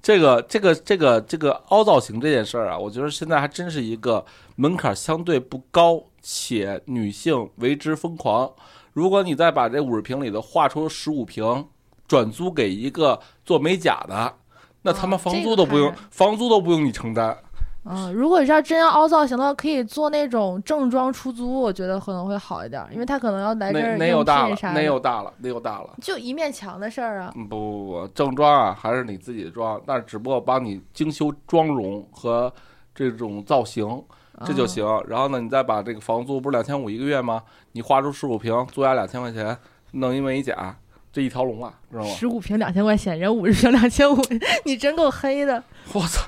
这个这个这个这个凹造型这件事儿啊，我觉得现在还真是一个门槛相对不高，且女性为之疯狂。如果你再把这五十平里头划出十五平，转租给一个做美甲的，那他妈
哦这
房
个
租都不用，
还
房租都不用你承担。
啊，如果要真要凹造型的话，可以做那种正装出租，我觉得可能会好一点儿，因为他可能要来这
那
儿
那又
应
大了
聘，啥
那又
的，
大了，那又大了。
就一面墙的事儿啊。
嗯，不不不，正装啊，还是你自己的装，但是只不过帮你精修妆容和这种造型，这就
啊。
行。然后呢，你再把这个房租不是两千五一个月吗？你花出十五平，租下两千块钱，弄一美甲，这一条龙啊，知道吗？
十五平两千块钱，人五十平两千五， 你真够黑的。
我操，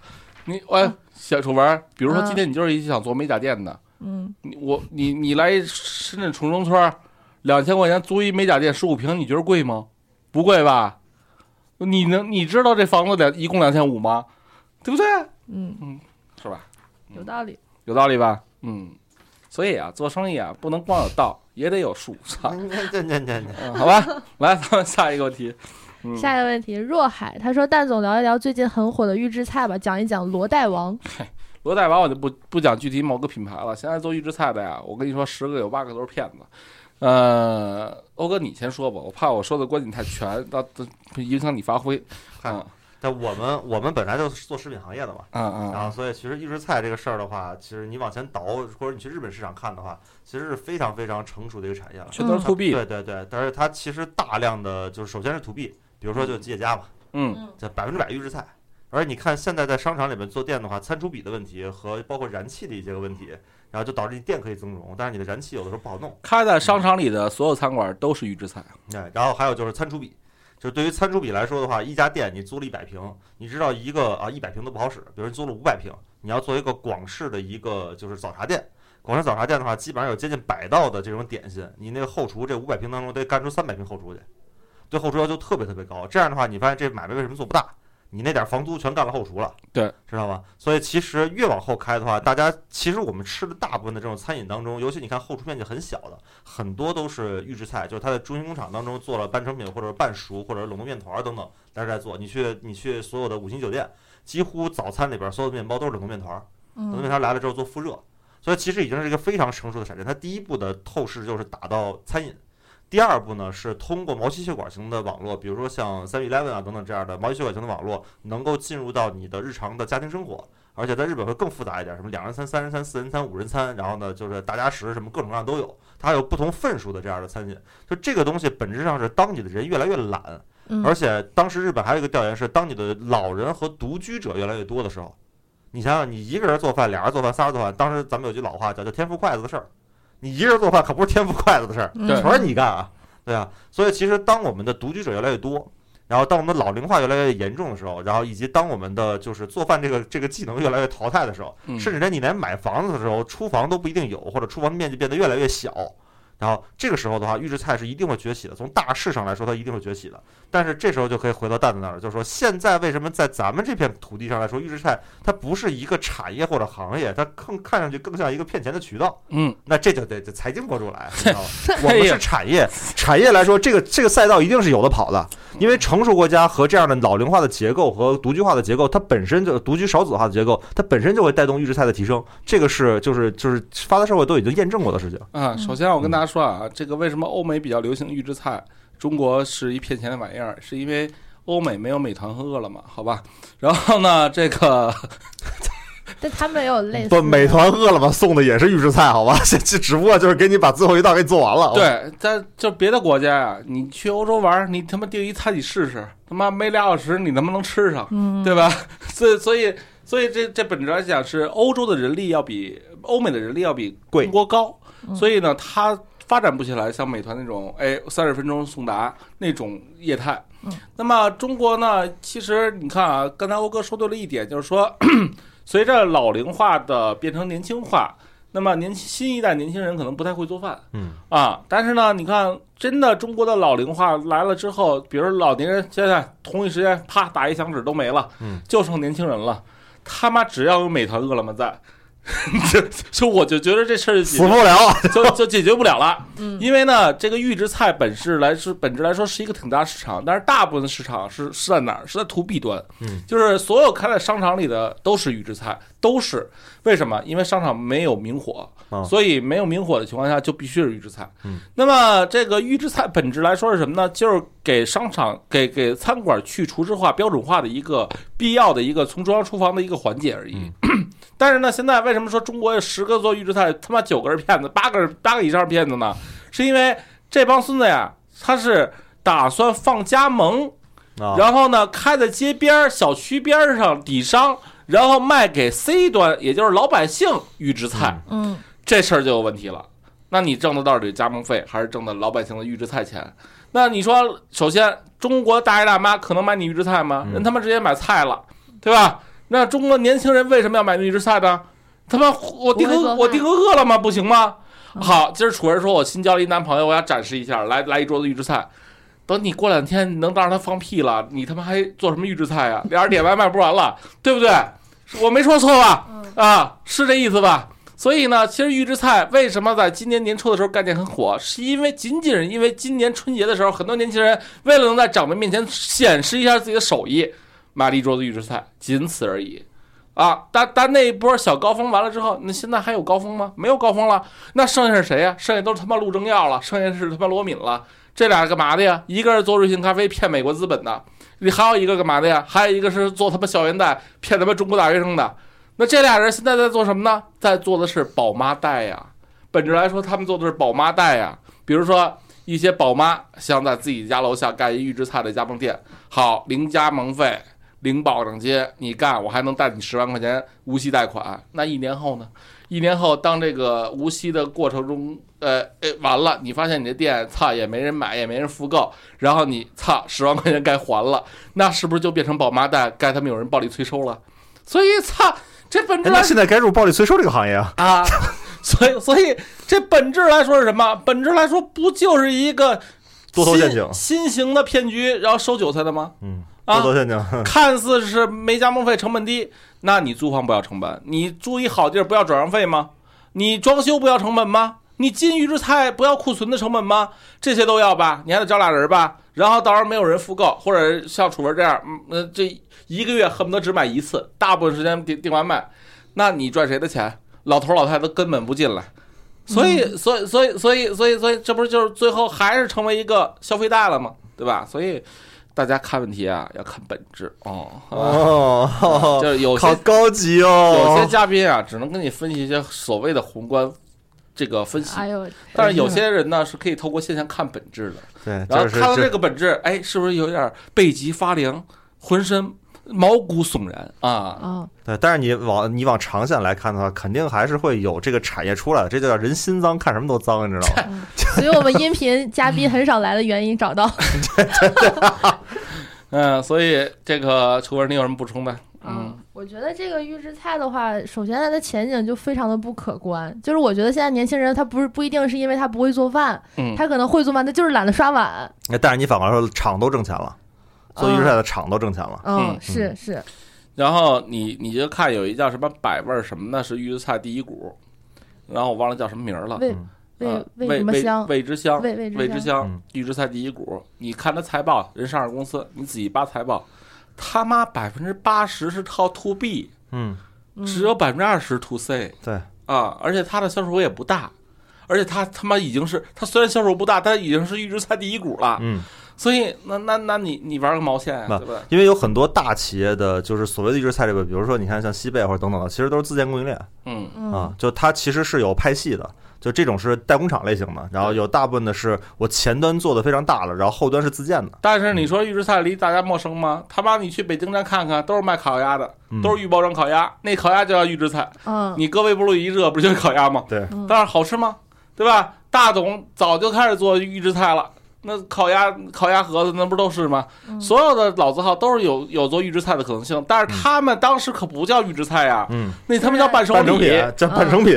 你哎，小楚文，比如说
嗯
今天你就是一想做美甲店的，
嗯，
你我你你来深圳崇中村，两千块钱租一美甲店十五平，你觉得贵吗？不贵吧？你能你知道这房子两一共两千五吗？对不对？
嗯，
是吧？
有
嗯
道理。
有道理吧？嗯，所以啊，做生意啊，不能光有道，也得有术，操、
这这这这，
嗯好吧？ 来，咱们下一个问题。嗯，
下一个问题，若海他说：“蛋总聊一聊最近很火的预制菜吧，讲一讲罗带王。
罗带娃我就不不讲具体某个品牌了。现在做预制菜的呀，我跟你说，十个有八个都是骗子。呃，欧哥，你先说吧，我怕我说的观点太全，到到影响你发挥。啊
但我们我们本来就是做食品行业的嘛，
啊
然后
啊！
所以其实预制菜这个事儿的话，其实你往前倒，或者你去日本市场看的话，其实是非常非常成熟的一个产业了。
全都是
它
to B，
对对对，但是它其实大量的就是首先是 to B，比如说就吉野家吧，
嗯
嗯
这百分之百预制菜。而你看现在在商场里面做店的话，餐厨比的问题和包括燃气的一些个问题，然后就导致你店可以增容，但是你的燃气有的时候不好弄。
开在商场里的所有餐馆都是预制菜。
哎，然后还有就是餐厨比，就是对于餐厨比来说的话，一家店你租了一百平，你知道一个啊一百平都不好使，比如你租了五百平，你要做一个广式的一个就是早茶店，广山早茶店的话，基本上有接近百道的这种点心，你那个后厨这五百平当中得干出三百平后厨去，对后厨要求特别特别高。这样的话，你发现这买卖为什么做不大？你那点房租全干了后厨了，
对，
知道吗？所以其实越往后开的话，大家其实我们吃的大部分的这种餐饮当中，尤其你看后厨面积很小的，很多都是预制菜，就是它在中心工厂当中做了半成品或者是半熟或者是冷冻面团儿等等，但是在做。你去你去所有的五星酒店，几乎早餐里边所有的面包都是冷冻面团儿，冷冻面
嗯，
团儿来了之后做复热，所以其实已经是一个非常成熟的产业。它第一步的透视就是打到餐饮。第二步呢，是通过毛细血管型的网络，比如说像三 Eleven 啊等等这样的毛细血管型的网络，能够进入到你的日常的家庭生活，而且在日本会更复杂一点，什么两人餐、三人餐、四人餐、五人餐，然后呢就是大家食什么各种各样都有，它还有不同份数的这样的餐饮。就这个东西本质上是，当你的人越来越懒，
嗯
而且当时日本还有一个调研是，当你的老人和独居者越来越多的时候，你想想，你一个人做饭，俩人做饭，仨人做饭，当时咱们有句老话叫叫天赋筷子的事儿，你一个人做饭可不是天赋筷子的事儿，
嗯
对
全是你干啊，对啊。所以其实当我们的独居者越来越多，然后当我们的老龄化越来越严重的时候，然后以及当我们的就是做饭这个这个技能越来越淘汰的时候，
嗯
甚至在你连买房子的时候，厨房都不一定有，或者厨房的面积变得越来越小。然后这个时候的话，预制菜是一定会崛起的。从大势上来说，它一定会崛起的。但是这时候就可以回到蛋蛋那儿，就是说，现在为什么在咱们这片土地上来说，预制菜它不是一个产业或者行业，它更看上去更像一个骗钱的渠道。
嗯，
那这就得得财经博主来，你知 道吗？我
哎
们
呀
是产业，产业来说，这个这个赛道一定是有的跑的，
嗯
因为成熟国家和这样的老龄化的结构和独居化的结构，它本身就独居少子化的结构，它本身就会带动预制菜的提升，这个是就是就是发达社会都已经验证过的事情。
啊，首先我跟大家说啊，这个为什么欧美比较流行预制菜，中国是一骗钱的玩意儿，是因为欧美没有美团和饿了么，好吧？然后呢，这个
但他们也有
哎
类似
不，
的
美团、饿了么送的也是预制菜，好吧？ 这这只不过就是给你把最后一道给你做完了。，
对，在就别的国家呀、你去欧洲玩儿，你他妈订一餐你试试，他妈没俩小时你能不能吃上，
嗯，
对吧？ 所以所以所以这这本质来讲是欧洲的人力要比欧美的人力要比
贵
中国高，
嗯
所以呢，它发展不起来像美团那种哎三十分钟送达那种业态。
嗯
那么中国呢，其实你看啊，刚才欧哥说对了一点，就是说 随着老龄化的变成年轻化。那么年轻新一代年轻人可能不太会做饭，
嗯
啊，但是呢，你看，真的中国的老龄化来了之后，比如老年人现在同一时间啪打一响指都没了，
嗯，
就剩年轻人了，他妈只要有美团、饿了么在， 就就我就觉得这事儿就解
死不了。
决就就解决不了了，
嗯
因为呢，这个预制菜本质来是本质来说是一个挺大市场，但是大部分市场是是在哪儿？是在 to B 端，
嗯，
就是所有开在商场里的都是预制菜，都是为什么？因为商场没有明火，
啊
所以没有明火的情况下就必须是预制菜。
嗯，
那么这个预制菜本质来说是什么呢？就是给商场、给给餐馆去厨师化、标准化的一个必要的一个从中央厨房的一个环节而
嗯
已。但是呢，现在为什么说中国有十个做预制菜，他妈九个是骗子，八个是八个以上是骗子呢？是因为这帮孙子呀，他是打算放加盟
啊，
然后呢，开在街边儿、小区边儿上底商，然后卖给 C 端，也就是老百姓预制菜，
嗯
这事儿就有问题了。那你挣的到底加盟费，还是挣的老百姓的预制菜钱？那你说，首先中国大爷大妈可能买你预制菜吗？
嗯
人他妈直接买菜了，对吧？那中国年轻人为什么要买预制菜呢？他妈，我订
不会做
个
饭
我订个饿了么不行吗？
嗯
好，今儿楚人说我新交了一男朋友，我要展示一下，来来一桌子预制菜。等你过两天你能让他放屁了，你他妈还做什么预制菜 呀、俩人点外卖不完了，对不对？我没说错吧？
嗯
啊，是这意思吧？所以呢，其实预制菜为什么在今年年初的时候概念很火，是因为仅仅是因为今年春节的时候，很多年轻人为了能在长辈面前显示一下自己的手艺，买了一桌子预制菜，仅此而已。啊，但但那一波小高峰完了之后，那现在还有高峰吗？没有高峰了，那剩下是谁呀、剩下都是他妈陆正耀了，剩下是他妈罗敏了，这俩干嘛的呀？一个是做瑞幸咖啡骗美国资本的，你还有一个干嘛的呀？还有一个是做他妈校园贷骗他妈中国大学生的，那这俩人现在在做什么呢？在做的是宝妈贷呀。本质来说，他们做的是宝妈贷呀。比如说，一些宝妈想在自己家楼下盖一预制菜的加盟店，好，零加盟费，零保证金，你干，我还能贷你十万块钱无息贷款。那一年后呢？一年后，当这个无息的过程中，呃，哎，完了，你发现你这店操也没人买，也没人复购，然后你操十万块钱该还了，那是不是就变成宝妈贷，该他们有人暴力催收了？所以操，这本质
哎
来
那现在该入暴力催收这个行业啊。
啊， 所以所以这本质来说是什么？本质来说不就是一个
多头陷阱
新新型的骗局，然后收韭菜的吗？
嗯，
啊
多头陷 阱，
看似是没加盟费，成本低，那你租房不要成本，你租一好地儿不要转让费吗？你装修不要成本吗？你进预制菜不要库存的成本吗？这些都要吧，你还得招俩人吧，然后到时候没有人复购，或者像楚文这样，嗯，呃这一个月恨不得只买一次，大部分时间订订外卖，那你赚谁的钱？老头老太太根本不进来，所以，所以，所以，所以，所以，所以，这不是就是最后还是成为一个消费贷了吗？对吧？所以大家看问题啊，要看本质哦。好吧
哦，
就是有些
好高级哦，
有些嘉宾啊，只能跟你分析一些所谓的宏观这个分析，
哎呦，
但是有些人呢是可以透过现象看本质的，
对，
然后
嗯就是
看到这个本质，哎，是不是有点背脊发凉，浑身毛骨悚然啊？
啊，
对，但是你往你往长线来看的话，肯定还是会有这个产业出来的，这就叫人心脏，看什么都脏，你知
哎
道吗？
嗯所以我们音频嘉宾很少来的原因找到。
嗯，所以这个楚文，你有什么补充的？
嗯
嗯，
我觉得这个预制菜的话，首先它的前景就非常的不可观。就是我觉得现在年轻人他不是不一定是因为他不会做饭，
嗯，
他可能会做饭，他就是懒得刷碗。
哎但是你反过来说，厂都挣钱了，做预制菜的厂都挣钱了，
嗯
嗯，是是，
然后你你就看有一叫什么百味儿什么的，是预制菜第一股，然后我忘了叫什么名儿了。
为
嗯
为
呃
什么香？
味之香，
味味之
味哦之
香
香
嗯
预制菜第一股。你看他财报，人上市公司，你仔细扒财报，他妈百分之八十是靠 to B，
嗯，
嗯
只有百分之二十 to C
对，
啊，而且它的销售额也不大。而且他他妈已经是，他虽然销售不大，但已经是预制菜第一股了。
嗯，
所以那那那你你玩个毛线啊，
那
对吧？
因为有很多大企业的，就是所谓的预制菜里边，比如说你看像西贝或者等等的，其实都是自建供应链
嗯
啊
嗯，
就它其实是有派系的。就这种是代工厂类型的，然后有大部分的是我前端做的非常大了，然后后端是自建的，
但是你说预制菜离大家陌生吗？他妈，你去北京站看看，都是卖烤鸭的，
嗯
都是预包装烤鸭，那烤鸭就叫预制菜。
嗯
你搁微波炉一热，不就是烤鸭吗？
对
嗯
但是好吃吗？对吧？大董早就开始做预制菜了，那烤鸭、烤鸭盒子那不都是吗？
嗯
所有的老字号都是有有做预制菜的可能性，但是他们当时可不叫预制菜呀，
嗯，
那他们叫半手
半成品叫半成品，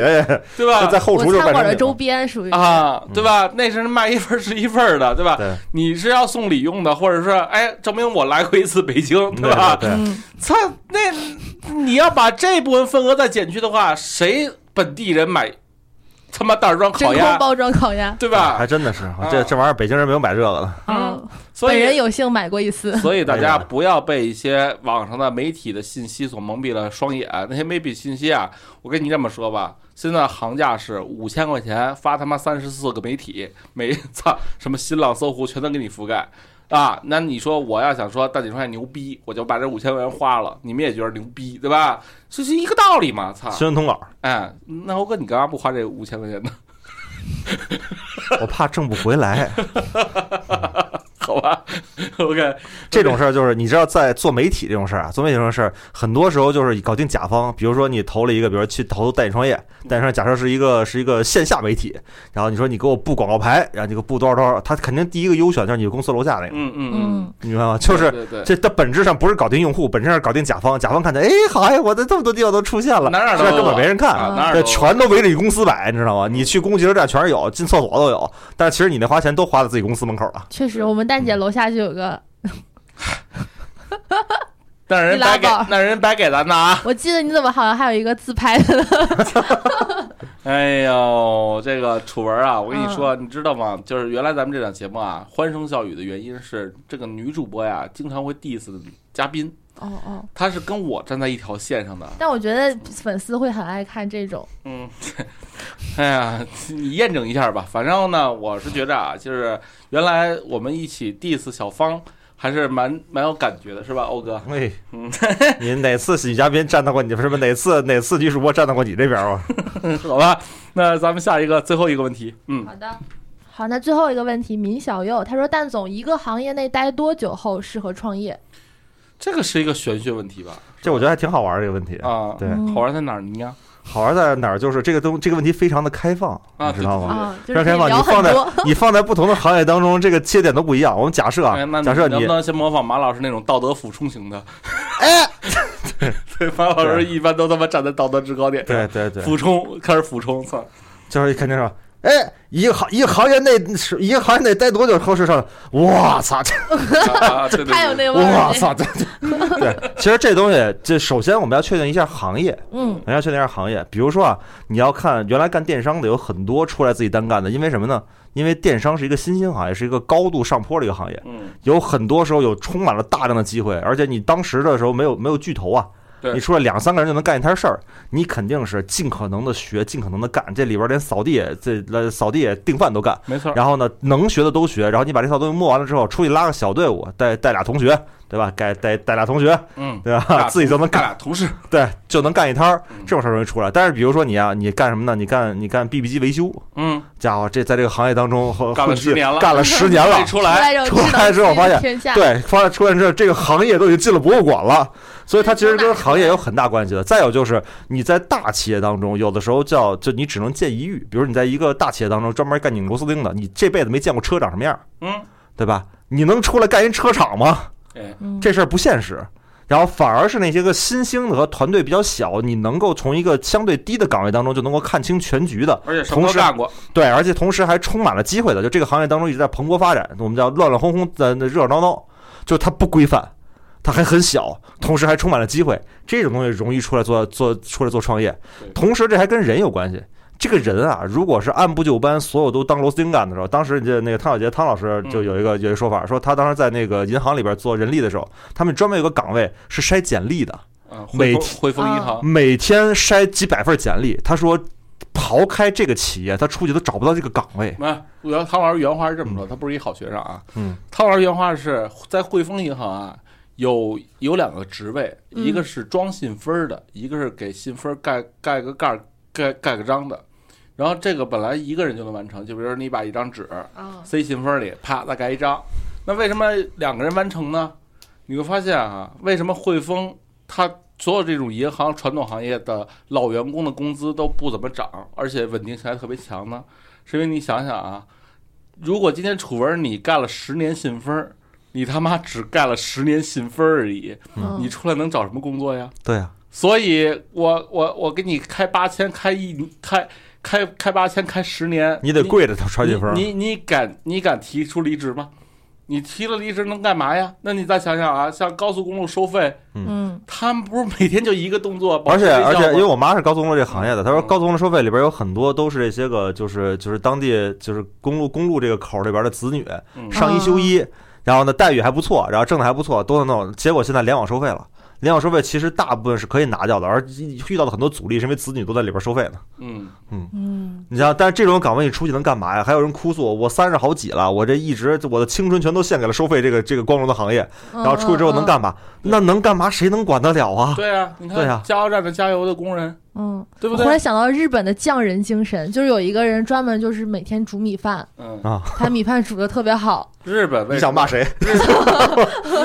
对吧？
在后
我
厨啊就是
餐
半
馆
成
的
品
周
了。
边属于
啊，对吧？那是卖一份儿是一份儿的，对吧？
对
你是要送礼用的，或者是哎，证明我来过一次北京，
对
吧？
对对，
嗯
操，那你要把这部分份额再减去的话，谁本地人买他妈袋儿装
真
烤
空
鸭，
包装烤鸭，
对
还
吧？啊
真的是这这玩意儿，北京人没有买这个的。
嗯
嗯，
所
本人
以，
有幸买过一次。
所以大家不要被一些网上的媒体的信息所蒙蔽了双眼。那些媒体信息啊，我跟你这么说吧，现在行价是五千块钱发他妈三十四个媒体，每操什么新浪、搜狐全都给你覆盖。啊，那你说我要想说大姐说牛逼，我就把这五千块钱花了，你们也觉得牛逼，对吧？这是一个道理嘛，操！
新闻通稿，
哎，那欧哥，你干嘛不花这五千块钱呢？
我怕挣不回来。
好吧，OK，
这种事儿就是，你知道，在做媒体这种事儿啊，做媒体这种事儿，很多时候就是搞定甲方。比如说，你投了一个，比如去投代理创业，
嗯
代理创业假设是一个是一个线下媒体，然后你说你给我布广告牌，然后你给我布多少多少，他肯定第一个优选就是你公司楼下那个，
嗯嗯嗯，
嗯，
你明白吗？就是
对对对
这它本质上不是搞定用户，本质上是搞定甲方。甲方看见，哎，好哎，我在这么多地方都出现了，
哪儿哪儿都
现在根本
有
没人看。
啊，哪儿
对，
都
全都围着你公司摆，你知道吗？你去公共汽车站全是有，进厕所都有，但是其实你那花钱都花在自己公司门口了。
确实，我们蛋姐
嗯
楼下就有个，
那人白给
你拉倒
那人白给咱的 啊！
我记得你怎么好像还有一个自拍的呢？
哎呦，这个楚文啊，我跟
嗯
你说，你知道吗？就是原来咱们这档节目啊，欢声笑语的原因是这个女主播呀，经常会 diss 嘉宾，
哦哦，
她是跟我站在一条线上的。
但我觉得粉丝会很爱看这种，
嗯，哎呀，你验证一下吧。反正呢，我是觉着啊，就是原来我们一起 diss 小芳，还是蛮蛮有感觉的，是吧，欧哥？
哎
嗯，
你哪次喜剧嘉宾站到过你？不是不是哪次哪次女主播站到过你这边 吗？
好吧，那咱们下一个最后一个问题，嗯
好的。好，那最后一个问题，闵小佑他说：“蛋总，一个行业内待多久后适合创业
这个是一个玄学问题吧？
这我觉得还挺好玩儿这个问题。
啊，
对，
嗯
好玩在哪儿呢？
好玩在哪儿？就是这个东这个问题非常的开放，
啊
你知道
对
吗？
啊？就
非
是
常
可以
开放，你
聊
放
很
在
多。
你放在不同的行业当中，这个切点都不一样。我们假设啊
哎，那
假设
能
你
不能先模仿马老师那种道德俯冲型的？
哎，
对，马老师一般都他妈站在道德制高点上，
对对对，
俯冲开始俯冲， 操！
就是肯定说，哎，一个行一个行业内一个行业内待多久？后世上，我操，这
啊对对
太有
对，
那味儿
我
了。
操，这这对，其实这东西，这首先我们要确定一下行业，
嗯，
人家确定一下行业，比如说啊，你要看原来干电商的有很多出来自己单干的，因为什么呢？因为电商是一个新兴行业，是一个高度上坡的一个行业，
嗯，
有很多时候有充满了大量的机会，而且你当时的时候没有没有巨头啊
对，
你出来两三个人就能干一摊事儿，你肯定是尽可能的学，尽可能的干，这里边连扫地这呃扫地订饭都干，
没错，
然后呢能学的都学，然后你把这套东西摸完了之后，出去拉个小队伍，带带俩同学，对吧？带带带俩同学，
嗯，
对
带俩
吧？自己就能
干
干，
俩同事，
对，就能干一摊儿
嗯，
这种事儿容易出来。但是比如说你啊，你干什么呢？你干你干 BB 机维修，
嗯，
家伙，这在这个行业当中混
干了
呃混迹
10年了
干了十年 了
没，出
出
来，
之后
出来之后发现
天下，
对，发现出现这这个行业都已经进了博物馆了，所以它其实跟行业有很大关系的。再有就是你在大企业当中，有的时候叫就你只能见一遇，比如你在一个大企业当中专门干拧螺丝钉的，你这辈子没见过车长什么样，
嗯，
对吧？你能出来干一车厂吗？
哎，
嗯
这事儿不现实。然后反而是那些个新兴的和团队比较小，你能够从一个相对低的岗位当中就能够看清全局的，
而且什么
同
都
时
干过，
对，而且同时还充满了机会的。就这个行业当中一直在蓬勃发展，我们叫乱乱哄哄的热热闹闹，就它不规范，它还很小，同时还充满了机会，这种东西容易出来做做出来做创业
对。
同时这还跟人有关系。这个人啊，如果是按部就班，所有都当螺丝钉干的时候，当时人家那个汤小杰汤老师就有一个、有一个说法，说他当时在那个银行里边做人力的时候，他们专门有个岗位是筛简历的，
嗯，汇丰
每
汇丰银行，
每天筛几百份简历。他说，刨开这个企业，他出去都找不到这个岗位。
那啊原汤老师原话是这么说，他不是一好学生啊。
嗯，
汤老师原话是在汇丰银行啊，有有两个职位，
嗯
一个是装信封儿的，一个是给信封儿盖盖个盖儿盖盖个章的。然后这个本来一个人就能完成，就比如说你把一张纸
啊，
塞信封儿里，啪再盖一张。那为什么两个人完成呢？你会发现啊，为什么汇丰它所有这种银行传统行业的老员工的工资都不怎么涨，而且稳定性还特别强呢？是因为你想想啊，如果今天楚文你干了十年信封儿，你他妈只干了十年信封儿而已，
嗯
你出来能找什么工作呀？
对啊，
所以我我我给你开八千，开一开开开八千，开十年，
你得跪着他穿信封。
你你你敢你敢提出离职吗？你提了离职能干嘛呀？那你再想想啊，像高速公路收费，
嗯
他们不是每天就一个动作，
而且
保持
而
微笑
且，
吗
因为我妈是高速公路这行业的，她说
嗯
高速公路收费里边有很多都是这些个，就是就是当地就是公路公路这个口里边的子女
嗯
上一休一，然后呢待遇还不错，然后挣的还不错，都能弄。结果现在联网收费了，联网收费其实大部分是可以拿掉的，而遇到的很多阻力是因为子女都在里边收费呢。
嗯，
嗯，
你像，但是这种岗位你出去能干嘛呀？还有人哭诉我三十好几了，我这一直我的青春全都献给了收费这个这个光荣的行业，
然
然后出去之后能，干嘛？
嗯
那能干嘛？谁能管得了啊？
对啊，你看
对啊
加油站的加油的工人，
嗯，
对不
我忽然
对？
想到日本的匠人精神，就是有一个人专门就是每天煮 米饭，
嗯，
他米饭煮的特别好，
日本为
你想骂谁？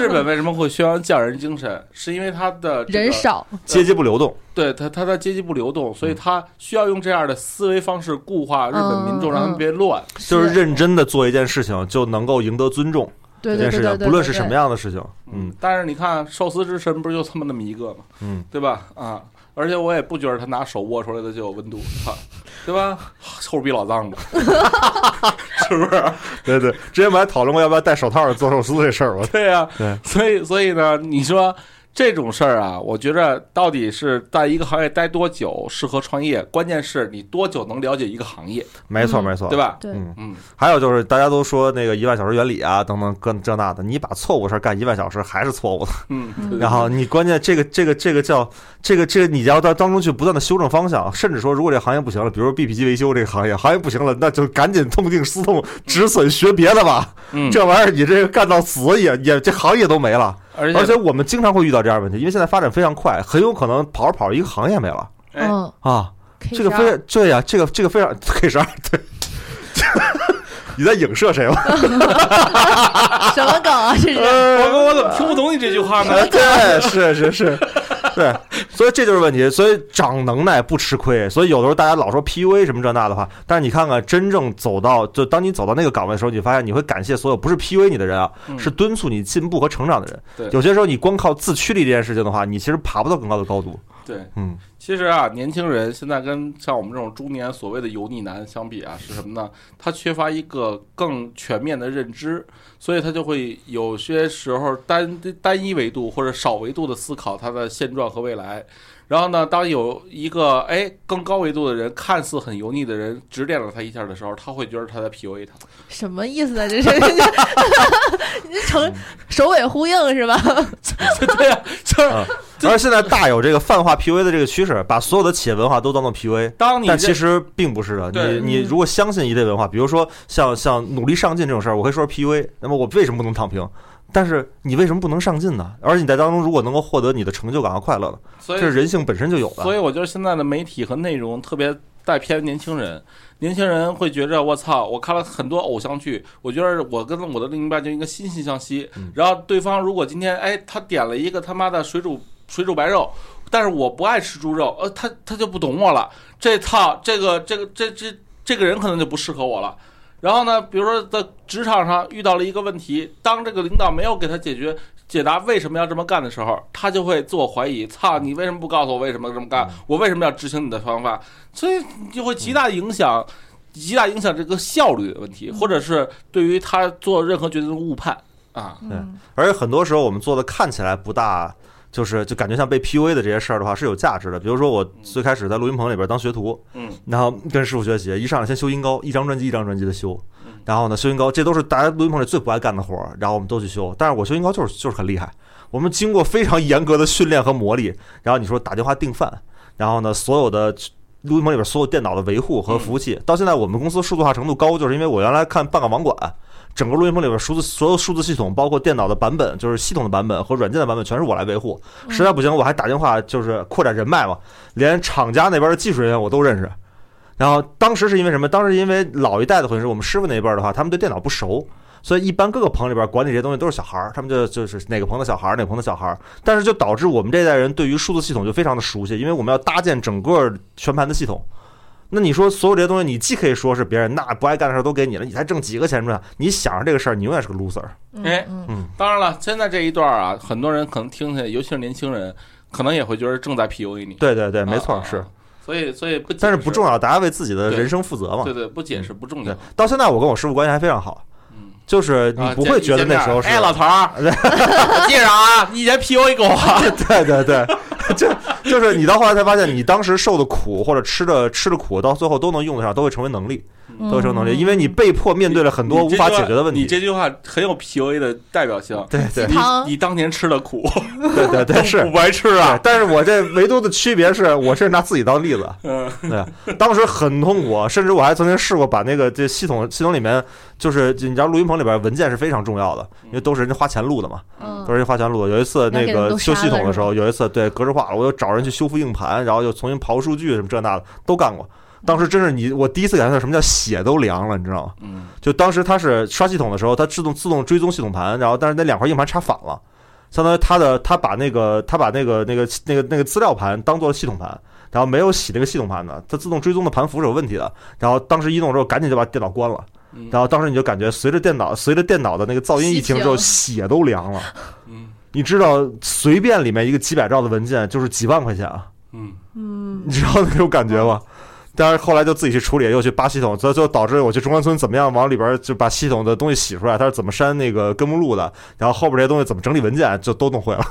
日本为什么会宣扬匠人精神？是因为他的这个
人少，
阶级不流动。
对他，他的阶级不流动，
嗯
所以他需要用这样的思维方式固化日本民众，
嗯
让他们别乱。
就是认真的做一件事情，就能够赢得尊重。
对
这
对
件
对
事
对
情，
对，
不论是什么
样，
样的事情，嗯，
但是你看，寿司之神不是就他妈那么一个吗？
嗯，
对吧？啊，而且我也不觉得他拿手握出来的就有温度，操，对吧？ 臭逼老脏的，是不是？
对对。之前我们还讨论过要不要戴手套做寿司这事儿，我
对呀、
对
所以所以呢，你说这种事儿啊，我觉着到底是在一个行业待多久适合创业，关键是你多久能了解一个行业，
没错
嗯
没错，
对？吧？
对，
嗯，
嗯，
还有就是大家都说那个一万小时原理啊，等等各这那的，你把错误事儿干一万小时还是错误的。
嗯，
嗯
对
然后你关键这个这个这个叫这个这个你要到当中去不断的修正方向，甚至说如果这行业不行了，比如说 BP 机维修这个行业，行业不行了，那就赶紧痛定思痛，止损学别的吧。
嗯，
这玩意儿你这个干到死也也这行业都没了。
而
而且我们经常会遇到这样的问题，因为现在发展非常快，很有可能跑着跑着一个行业没了
哎
嗯，
啊。
K
这个
12
非对呀、这个这个非常 K 十二对。你在影射谁吗？哎
什么梗啊？这是
我我怎么听不懂你这句话呢？
对，是是是，对，所以这就是问题。所以长能耐不吃亏。所以有的时候大家老说 PUA 什么这那的话，但是你看看，真正走到就当你走到那个岗位的时候，你发现你会感谢所有不是 PUA 你的人啊，
嗯
是敦促你进步和成长的人。
对
有些时候你光靠自驱力这件事情的话，你其实爬不到更高的高度。
对，
嗯，
其实啊，年轻人现在跟像我们这种中年所谓的油腻男相比啊，是什么呢？他缺乏一个更全面的认知，所以他就会有些时候单单一维度或者少维度的思考他的现状和未来。然后呢，当有一个哎更高维度的人，看似很油腻的人指点了他一下的时候，他会觉得他在 PUA 他。
什么意思啊？这是 你这成首尾呼应是吧？
对呀、就是
而现在大有这个泛化 PUA 的这个趋势，把所有的企业文化都当做 PUA。
当你
但
认
其实并不是的。
对
你你
嗯
如果相信一类文化，比如说像像努力上进这种事儿，我可以说是 PUA。那么我为什么不能躺平？但是你为什么不能上进呢？而且你在当中如果能够获得你的成就感和快乐了，
所
这
以
是人性本身就有的。
所以我觉得现在的媒体和内容特别带偏年轻人，年轻人会觉着我操，我看了很多偶像剧，我觉得我跟我的另一半就应该惺惺相惜
嗯。
然后对方如果今天哎他点了一个他妈的水煮水煮白肉。但是我不爱吃猪肉，呃，他他就不懂我了。这套这个这个这这这个人可能就不适合我了。然后呢，比如说在职场上遇到了一个问题，当这个领导没有给他解决解答为什么要这么干的时候，他就会自我怀疑：操，
嗯
你为什么不告诉我为什么这么干？我为什么要执行你的方法？所以你就会极大影响，
嗯
极大影响这个效率的问题，或者是对于他做任何决定的误判啊。
嗯，
而且很多时候我们做的看起来不大，就是就感觉像被 PUA 的这些事儿的话是有价值的。比如说我最开始在录音棚里边当学徒，
嗯，
然后跟师傅学习，一上来先修音高，一张专辑一张专辑的修
嗯，
然后呢修音高，这都是大家录音棚里最不爱干的活儿，然后我们都去修。但是我修音高就是就是很厉害，我们经过非常严格的训练和磨砺，然后你说打电话订饭，然后呢所有的。录音棚里边所有电脑的维护和服务器，到现在我们公司数字化程度高，就是因为我原来看《半个网管》，整个录音棚里边数字所有数字系统，包括电脑的版本，就是系统的版本和软件的版本，全是我来维护。实在不行，我还打电话就是扩展人脉嘛，连厂家那边的技术人员我都认识。然后当时是因为什么？当时因为老一代的混是我们师傅那一辈儿的话，他们对电脑不熟，所以一般各个棚里边管理这些东西都是小孩儿，他们就就是哪个棚的小孩儿，哪个棚的小孩儿。但是就导致我们这代人对于数字系统就非常的熟悉，因为我们要搭建整个全盘的系统。那你说所有这些东西，你既可以说是别人那不爱干的事儿都给你了，你才挣几个钱赚？你想着这个事儿，你永远是个 loser。
嗯
哎
嗯
当然了，现在这一段啊，很多人可能听起来，尤其是年轻人，可能也会觉得正在 PUA 你。
对对对，没
啊
错
啊
是，
所以所以不，
但是不重。要，大家为自己的
对
人生负责嘛嗯
对。对，不解释不重要
对。，到现在我跟我师傅关系还非常好，
嗯，
就是你
啊
不
见
会觉得
见面
那时候是
哎，老头儿， 我记着啊，你以前 PUA 过我。
对对对，就就是你到后来才发现，你当时受的苦或者吃的吃的苦，到最后都能用得上，都会成为能力，
嗯
都会成为能力，因为你被迫面对了很多无
你这
法
句话
解决的问
你
题。
这句话很有 PUA 的代表性。
对对
你
汤
你当年吃的苦，
对 对对，是
苦白吃啊
对。但是我这唯独的区别是我是拿自己当例子，
嗯，
对，当时很痛苦，甚至我还曾经试过把那个这系统系统里面，就是就你知道录音棚里边文件是非常重要的，因为都是人家花钱录的嘛，
嗯
都是人家花钱录的。有一次那个修系统的时候，有一次对格式化了，我又找人去修复硬盘，然后又重新刨数据什么这那的都干过。当时真是你，我第一次感受到什么叫血都凉了，你知道吗？
嗯，
就当时它是刷系统的时候，它自动自动追踪系统盘，然后但是那两块硬盘插反了，相当于它的它把那个它把那个那个那个那个资料盘当做系统盘，然后没有洗那个系统盘的，它自动追踪的盘符是有问题的。然后当时一弄之后，赶紧就把电脑关了，
嗯
然后当时你就感觉随着电脑随着电脑的那个噪音一停之后，血都凉了。
嗯
你知道随便里面一个几百兆的文件就是几万块钱啊，
嗯，
嗯
你知道那种感觉吗？但是后来就自己去处理，又去扒系统，最后导致我去中关村怎么样往里边就把系统的东西洗出来，它是怎么删那个根目录的，然后后边这些东西怎么整理文件，就都弄会了。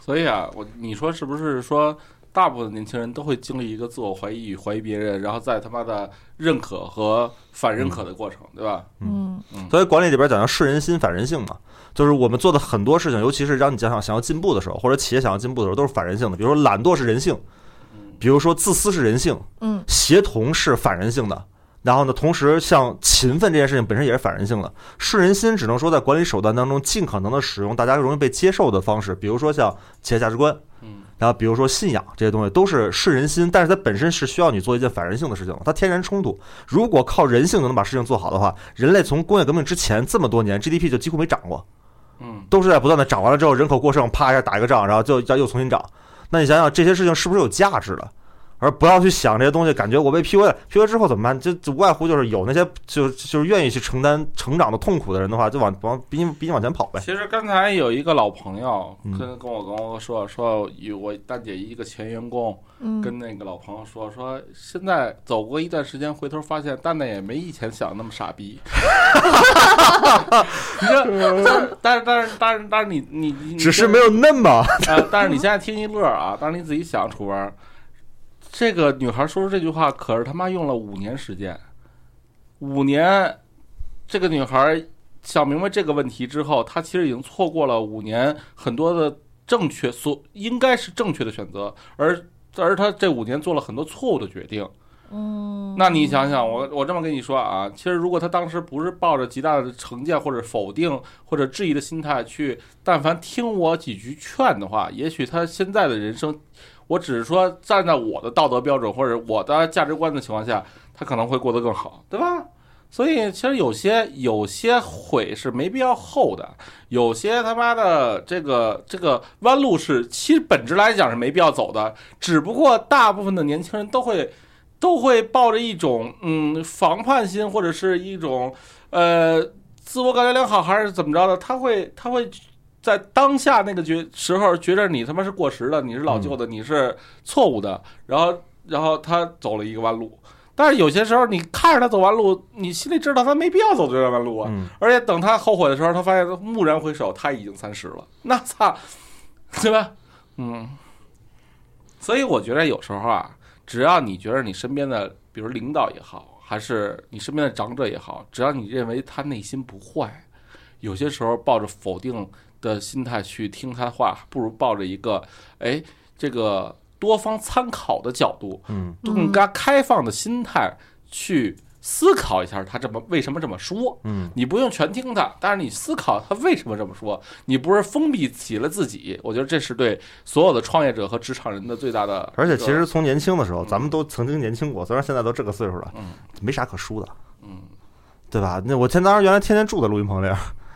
所以啊，我你说是不是说？大部分年轻人都会经历一个自我怀疑与怀疑别人，然后在他妈的认可和反认可的过程，对吧？
嗯
所以管理里边讲叫顺人心反人性嘛，就是我们做的很多事情，尤其是让你想想想要进步的时候，或者企业想要进步的时候，都是反人性的。比如说懒惰是人性，
嗯
比如说自私是人性，
嗯
协同是反人性的。然后呢，同时像勤奋这件事情本身也是反人性的。顺人心只能说在管理手段当中尽可能的使用大家容易被接受的方式，比如说像企业价值观，
嗯，
然后比如说信仰这些东西都是顺人心，但是它本身是需要你做一件反人性的事情的，它天然冲突。如果靠人性就能把事情做好的话，人类从工业革命之前这么多年 GDP 就几乎没涨过。
嗯，嗯
都是在不断的涨完了之后，人口过剩，啪一下打一个仗，然后就要又重新涨。那你想想这些事情是不是有价值的？而不要去想这些东西，感觉我被 PUA 了，PUA 之后怎么办？就就无外乎就是有那些就就是愿意去承担成长的痛苦的人的话，就往往比你比你往前跑呗。
其实刚才有一个老朋友
嗯
跟跟我跟我说说，有我蛋姐一个前员工
嗯，
跟那个老朋友说说，现在走过一段时间，回头发现蛋蛋也没以前想的那么傻逼。 你这，这但是但是但是但是你你你
只是没有那么
呃，但是你现在听一乐儿啊，但是你自己想，楚文儿，这个女孩说出这句话，可是他妈用了五年时间，五年，这个女孩想明白这个问题之后，她其实已经错过了五年很多的正确所应该是正确的选择，而而她这五年做了很多错误的决定。
嗯，
那你想想，我我这么跟你说啊，其实如果他当时不是抱着极大的成见或者否定或者质疑的心态去，但凡听我几句劝的话，也许他现在的人生，我只是说站在我的道德标准或者我的价值观的情况下，他可能会过得更好，对吧？所以其实有些有些悔是没必要后的，有些他妈的这个这个弯路是其实本质来讲是没必要走的，只不过大部分的年轻人都会都会抱着一种嗯防叛心，或者是一种呃自我感觉良好，还是怎么着的？他会他会在当下那个觉时候觉着你他妈是过时的，你是老旧的，你是错误的，然后然后他走了一个弯路。但是有些时候，你看着他走弯路，你心里知道他没必要走这段弯路啊。
嗯，
而且等他后悔的时候，他发现他蓦然回首，他已经三十了， 那操，对吧？嗯，所以我觉得有时候啊，只要你觉得你身边的，比如领导也好，还是你身边的长者也好，只要你认为他内心不坏，有些时候抱着否定的心态去听他话，不如抱着一个哎这个多方参考的角度，
嗯，
更加开放的心态去思考一下他这么为什么这么说。
嗯，
你不用全听他，但是你思考他为什么这么说，你不是封闭起了自己。我觉得这是对所有的创业者和职场人的最大的一个。
而且其实从年轻的时候，
嗯
咱们都曾经年轻过，虽然现在都这个岁数了，
嗯
没啥可输的，
嗯，
对吧？那我前当时原来天天住在录音棚里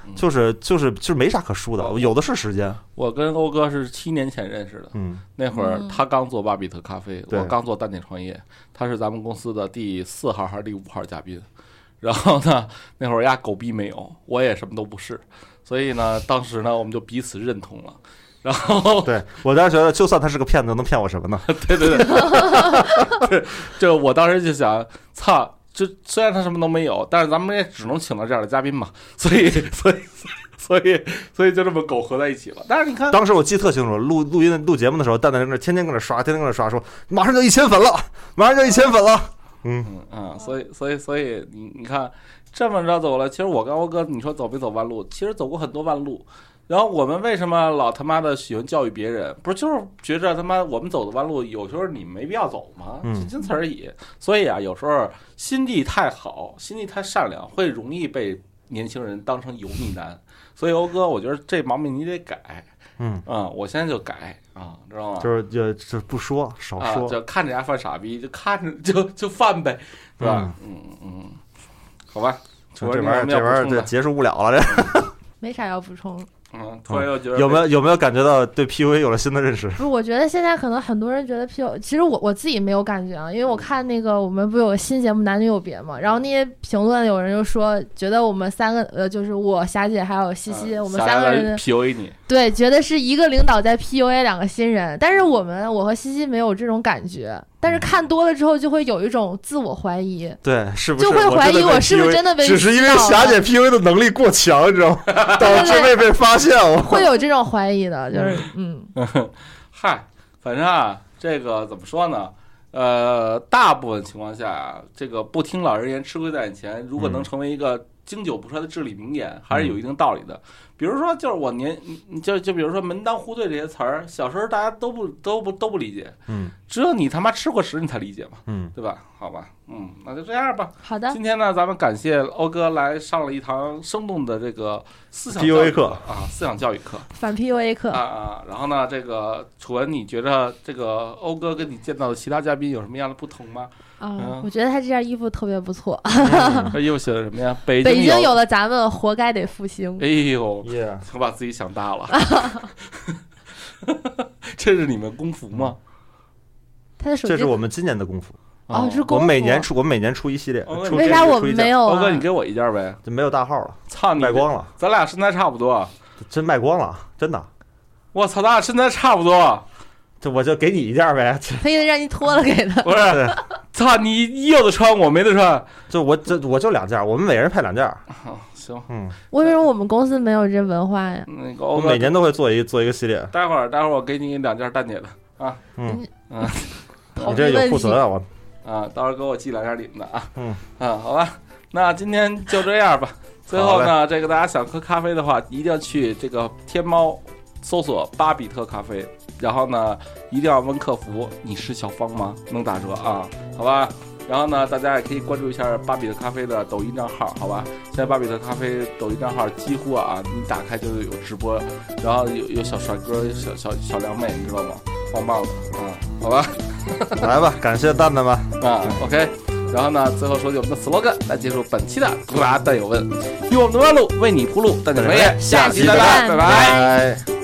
嗯，哦
就是就是就是没啥可输的，有的是时间。
我跟欧哥是七年前认识的，
嗯，
那会儿
嗯
他刚做巴比特咖啡，
对
我刚做蛋姐创业，他是咱们公司的第四号还是第五号嘉宾。 然后呢，那会儿丫狗逼没有，我也什么都不是，所以呢，当时呢，我们就彼此认同了。然后
对我当时觉得，就算他是个骗子，能骗我什么呢？
对对 对，对，就我当时就想，操，这虽然他什么都没有，但是咱们也只能请到这样的嘉宾嘛，所以所以所以所以就这么苟合在一起了。但是你看，
当时我记得特清楚，录录音的录节目的时候，蛋蛋在那儿天天跟那刷，天天跟那刷，说马上就一千粉了，马上就一千粉了。嗯，
嗯啊，所以所以所以你你看这么着走了，其实我跟欧哥，你说走没走弯路？其实走过很多弯路。然后我们为什么老他妈的喜欢教育别人？不是就是觉着他妈我们走的弯路，有时候你没必要走吗？
嗯
就仅此而已。所以啊，有时候心地太好，心地太善良，会容易被年轻人当成油腻男。所以欧哥，我觉得这毛病你得改。
嗯
我现在就改啊，知道吗？
就是就就是不说少
啊，
说，
就看着人家犯傻逼，就看着 就就犯呗，是吧？嗯嗯嗯，好吧。
这
楚文
玩意儿
你有什
这
么要
玩
补充
意儿这
的
结束不了了。
没啥要补充。
嗯，突然又觉
这
得
有没
有？
有有没有感觉到对 PUA 有了新的认识？
不是，我觉得现在可能很多人觉得 P U，其实我我自己没有感觉啊，因为我看那个我们不有个新节目《男女有别》嘛，然后那些评论有人就说，觉得我们三个呃，就是我霞姐还有西西，
嗯
我们
想
三
要
个
来
人
PUA 你，
对，觉得是一个领导在 PUA 两个新人，但是我们我和西西没有这种感觉，但是看多了之后就会有一种自我怀疑，
对，是不是
就会怀疑我
我
是不是真的被
被 PUA 只是因为霞姐 PUA 的能力过强，你知道 吗？导致被被发现了。
会有这种怀疑的，就是嗯
嗨，反正啊，这个怎么说呢？呃，大部分情况下啊，这个不听老人言，吃亏在眼前。如果能
嗯
成为一个经久不衰的至理名言，还是有一定道理的。比如说，就是我年，你就就比如说“门当户对”这些词儿，小时候大家都不都不都不理解，
嗯
只有你他妈吃过屎，你才理解嘛。
嗯，
对吧？好吧，嗯，那就这样吧。
好的，
今天呢，咱们感谢欧哥来上了一堂生动的这个思想
PUA
教育
课
啊，思想教育课
反 PUA 课
啊啊。然后呢，这个楚文，你觉得这个欧哥跟你见到的其他嘉宾有什么样的不同 吗？
啊
嗯，
我觉得他这件衣服特别不错。
这又写的什么呀？北
北京
京
有，了咱们，活该得复兴。
哎呦，
耶，
我把自己想大了。 这是你们工服吗？
他的手
这
机
是我们今年的功夫。
啊
哦，是
啊我
功
们
夫。
每年出，我们每年出一系列
哦，
出
为
为啥
这个
我
出
们
一件
没有
欧哥，
啊
你？给我一件呗。
就没有大号了，
操你！
卖光了，
咱俩身材差不多。
真卖光了，真的。
我操，咱俩身材差不多。
这我就给你一件呗， 这
可以让你脱了给他。
不是，
对
操你，你有的穿，我没得穿。
就我这我就两件，我们每人配两件。
好，行，
嗯，
为什么我们公司没有这文化呀？
那个欧
我
哥
每，年都会做一做一个系列。
待会儿待会儿我给你两件蛋姐的
逃
你
避
这有
问
库
题
存。啊，我
啊，到时候给我寄两件你们的啊。
嗯
啊，好吧，那今天就这样吧。最后呢，这个大家想喝咖啡的话，一定要去这个天猫搜索巴比特咖啡，然后呢，一定要问客服你是小芳吗？能打折啊，好吧。然后呢，大家也可以关注一下巴比特咖啡的抖音账号，好吧？现在巴比特咖啡抖音账号几乎啊，你打开就有直播，然后有有小帅哥、有小小小靓妹，你知道吗？棒棒的，嗯，好吧。
来吧，感谢蛋蛋吧。
啊，OK。然后呢，最后说句我们的 slogan 来结束本期的《古拉但有问》，用我们的弯路为你铺路，但你们也
下期
再
再
拜，
见
拜拜。
拜。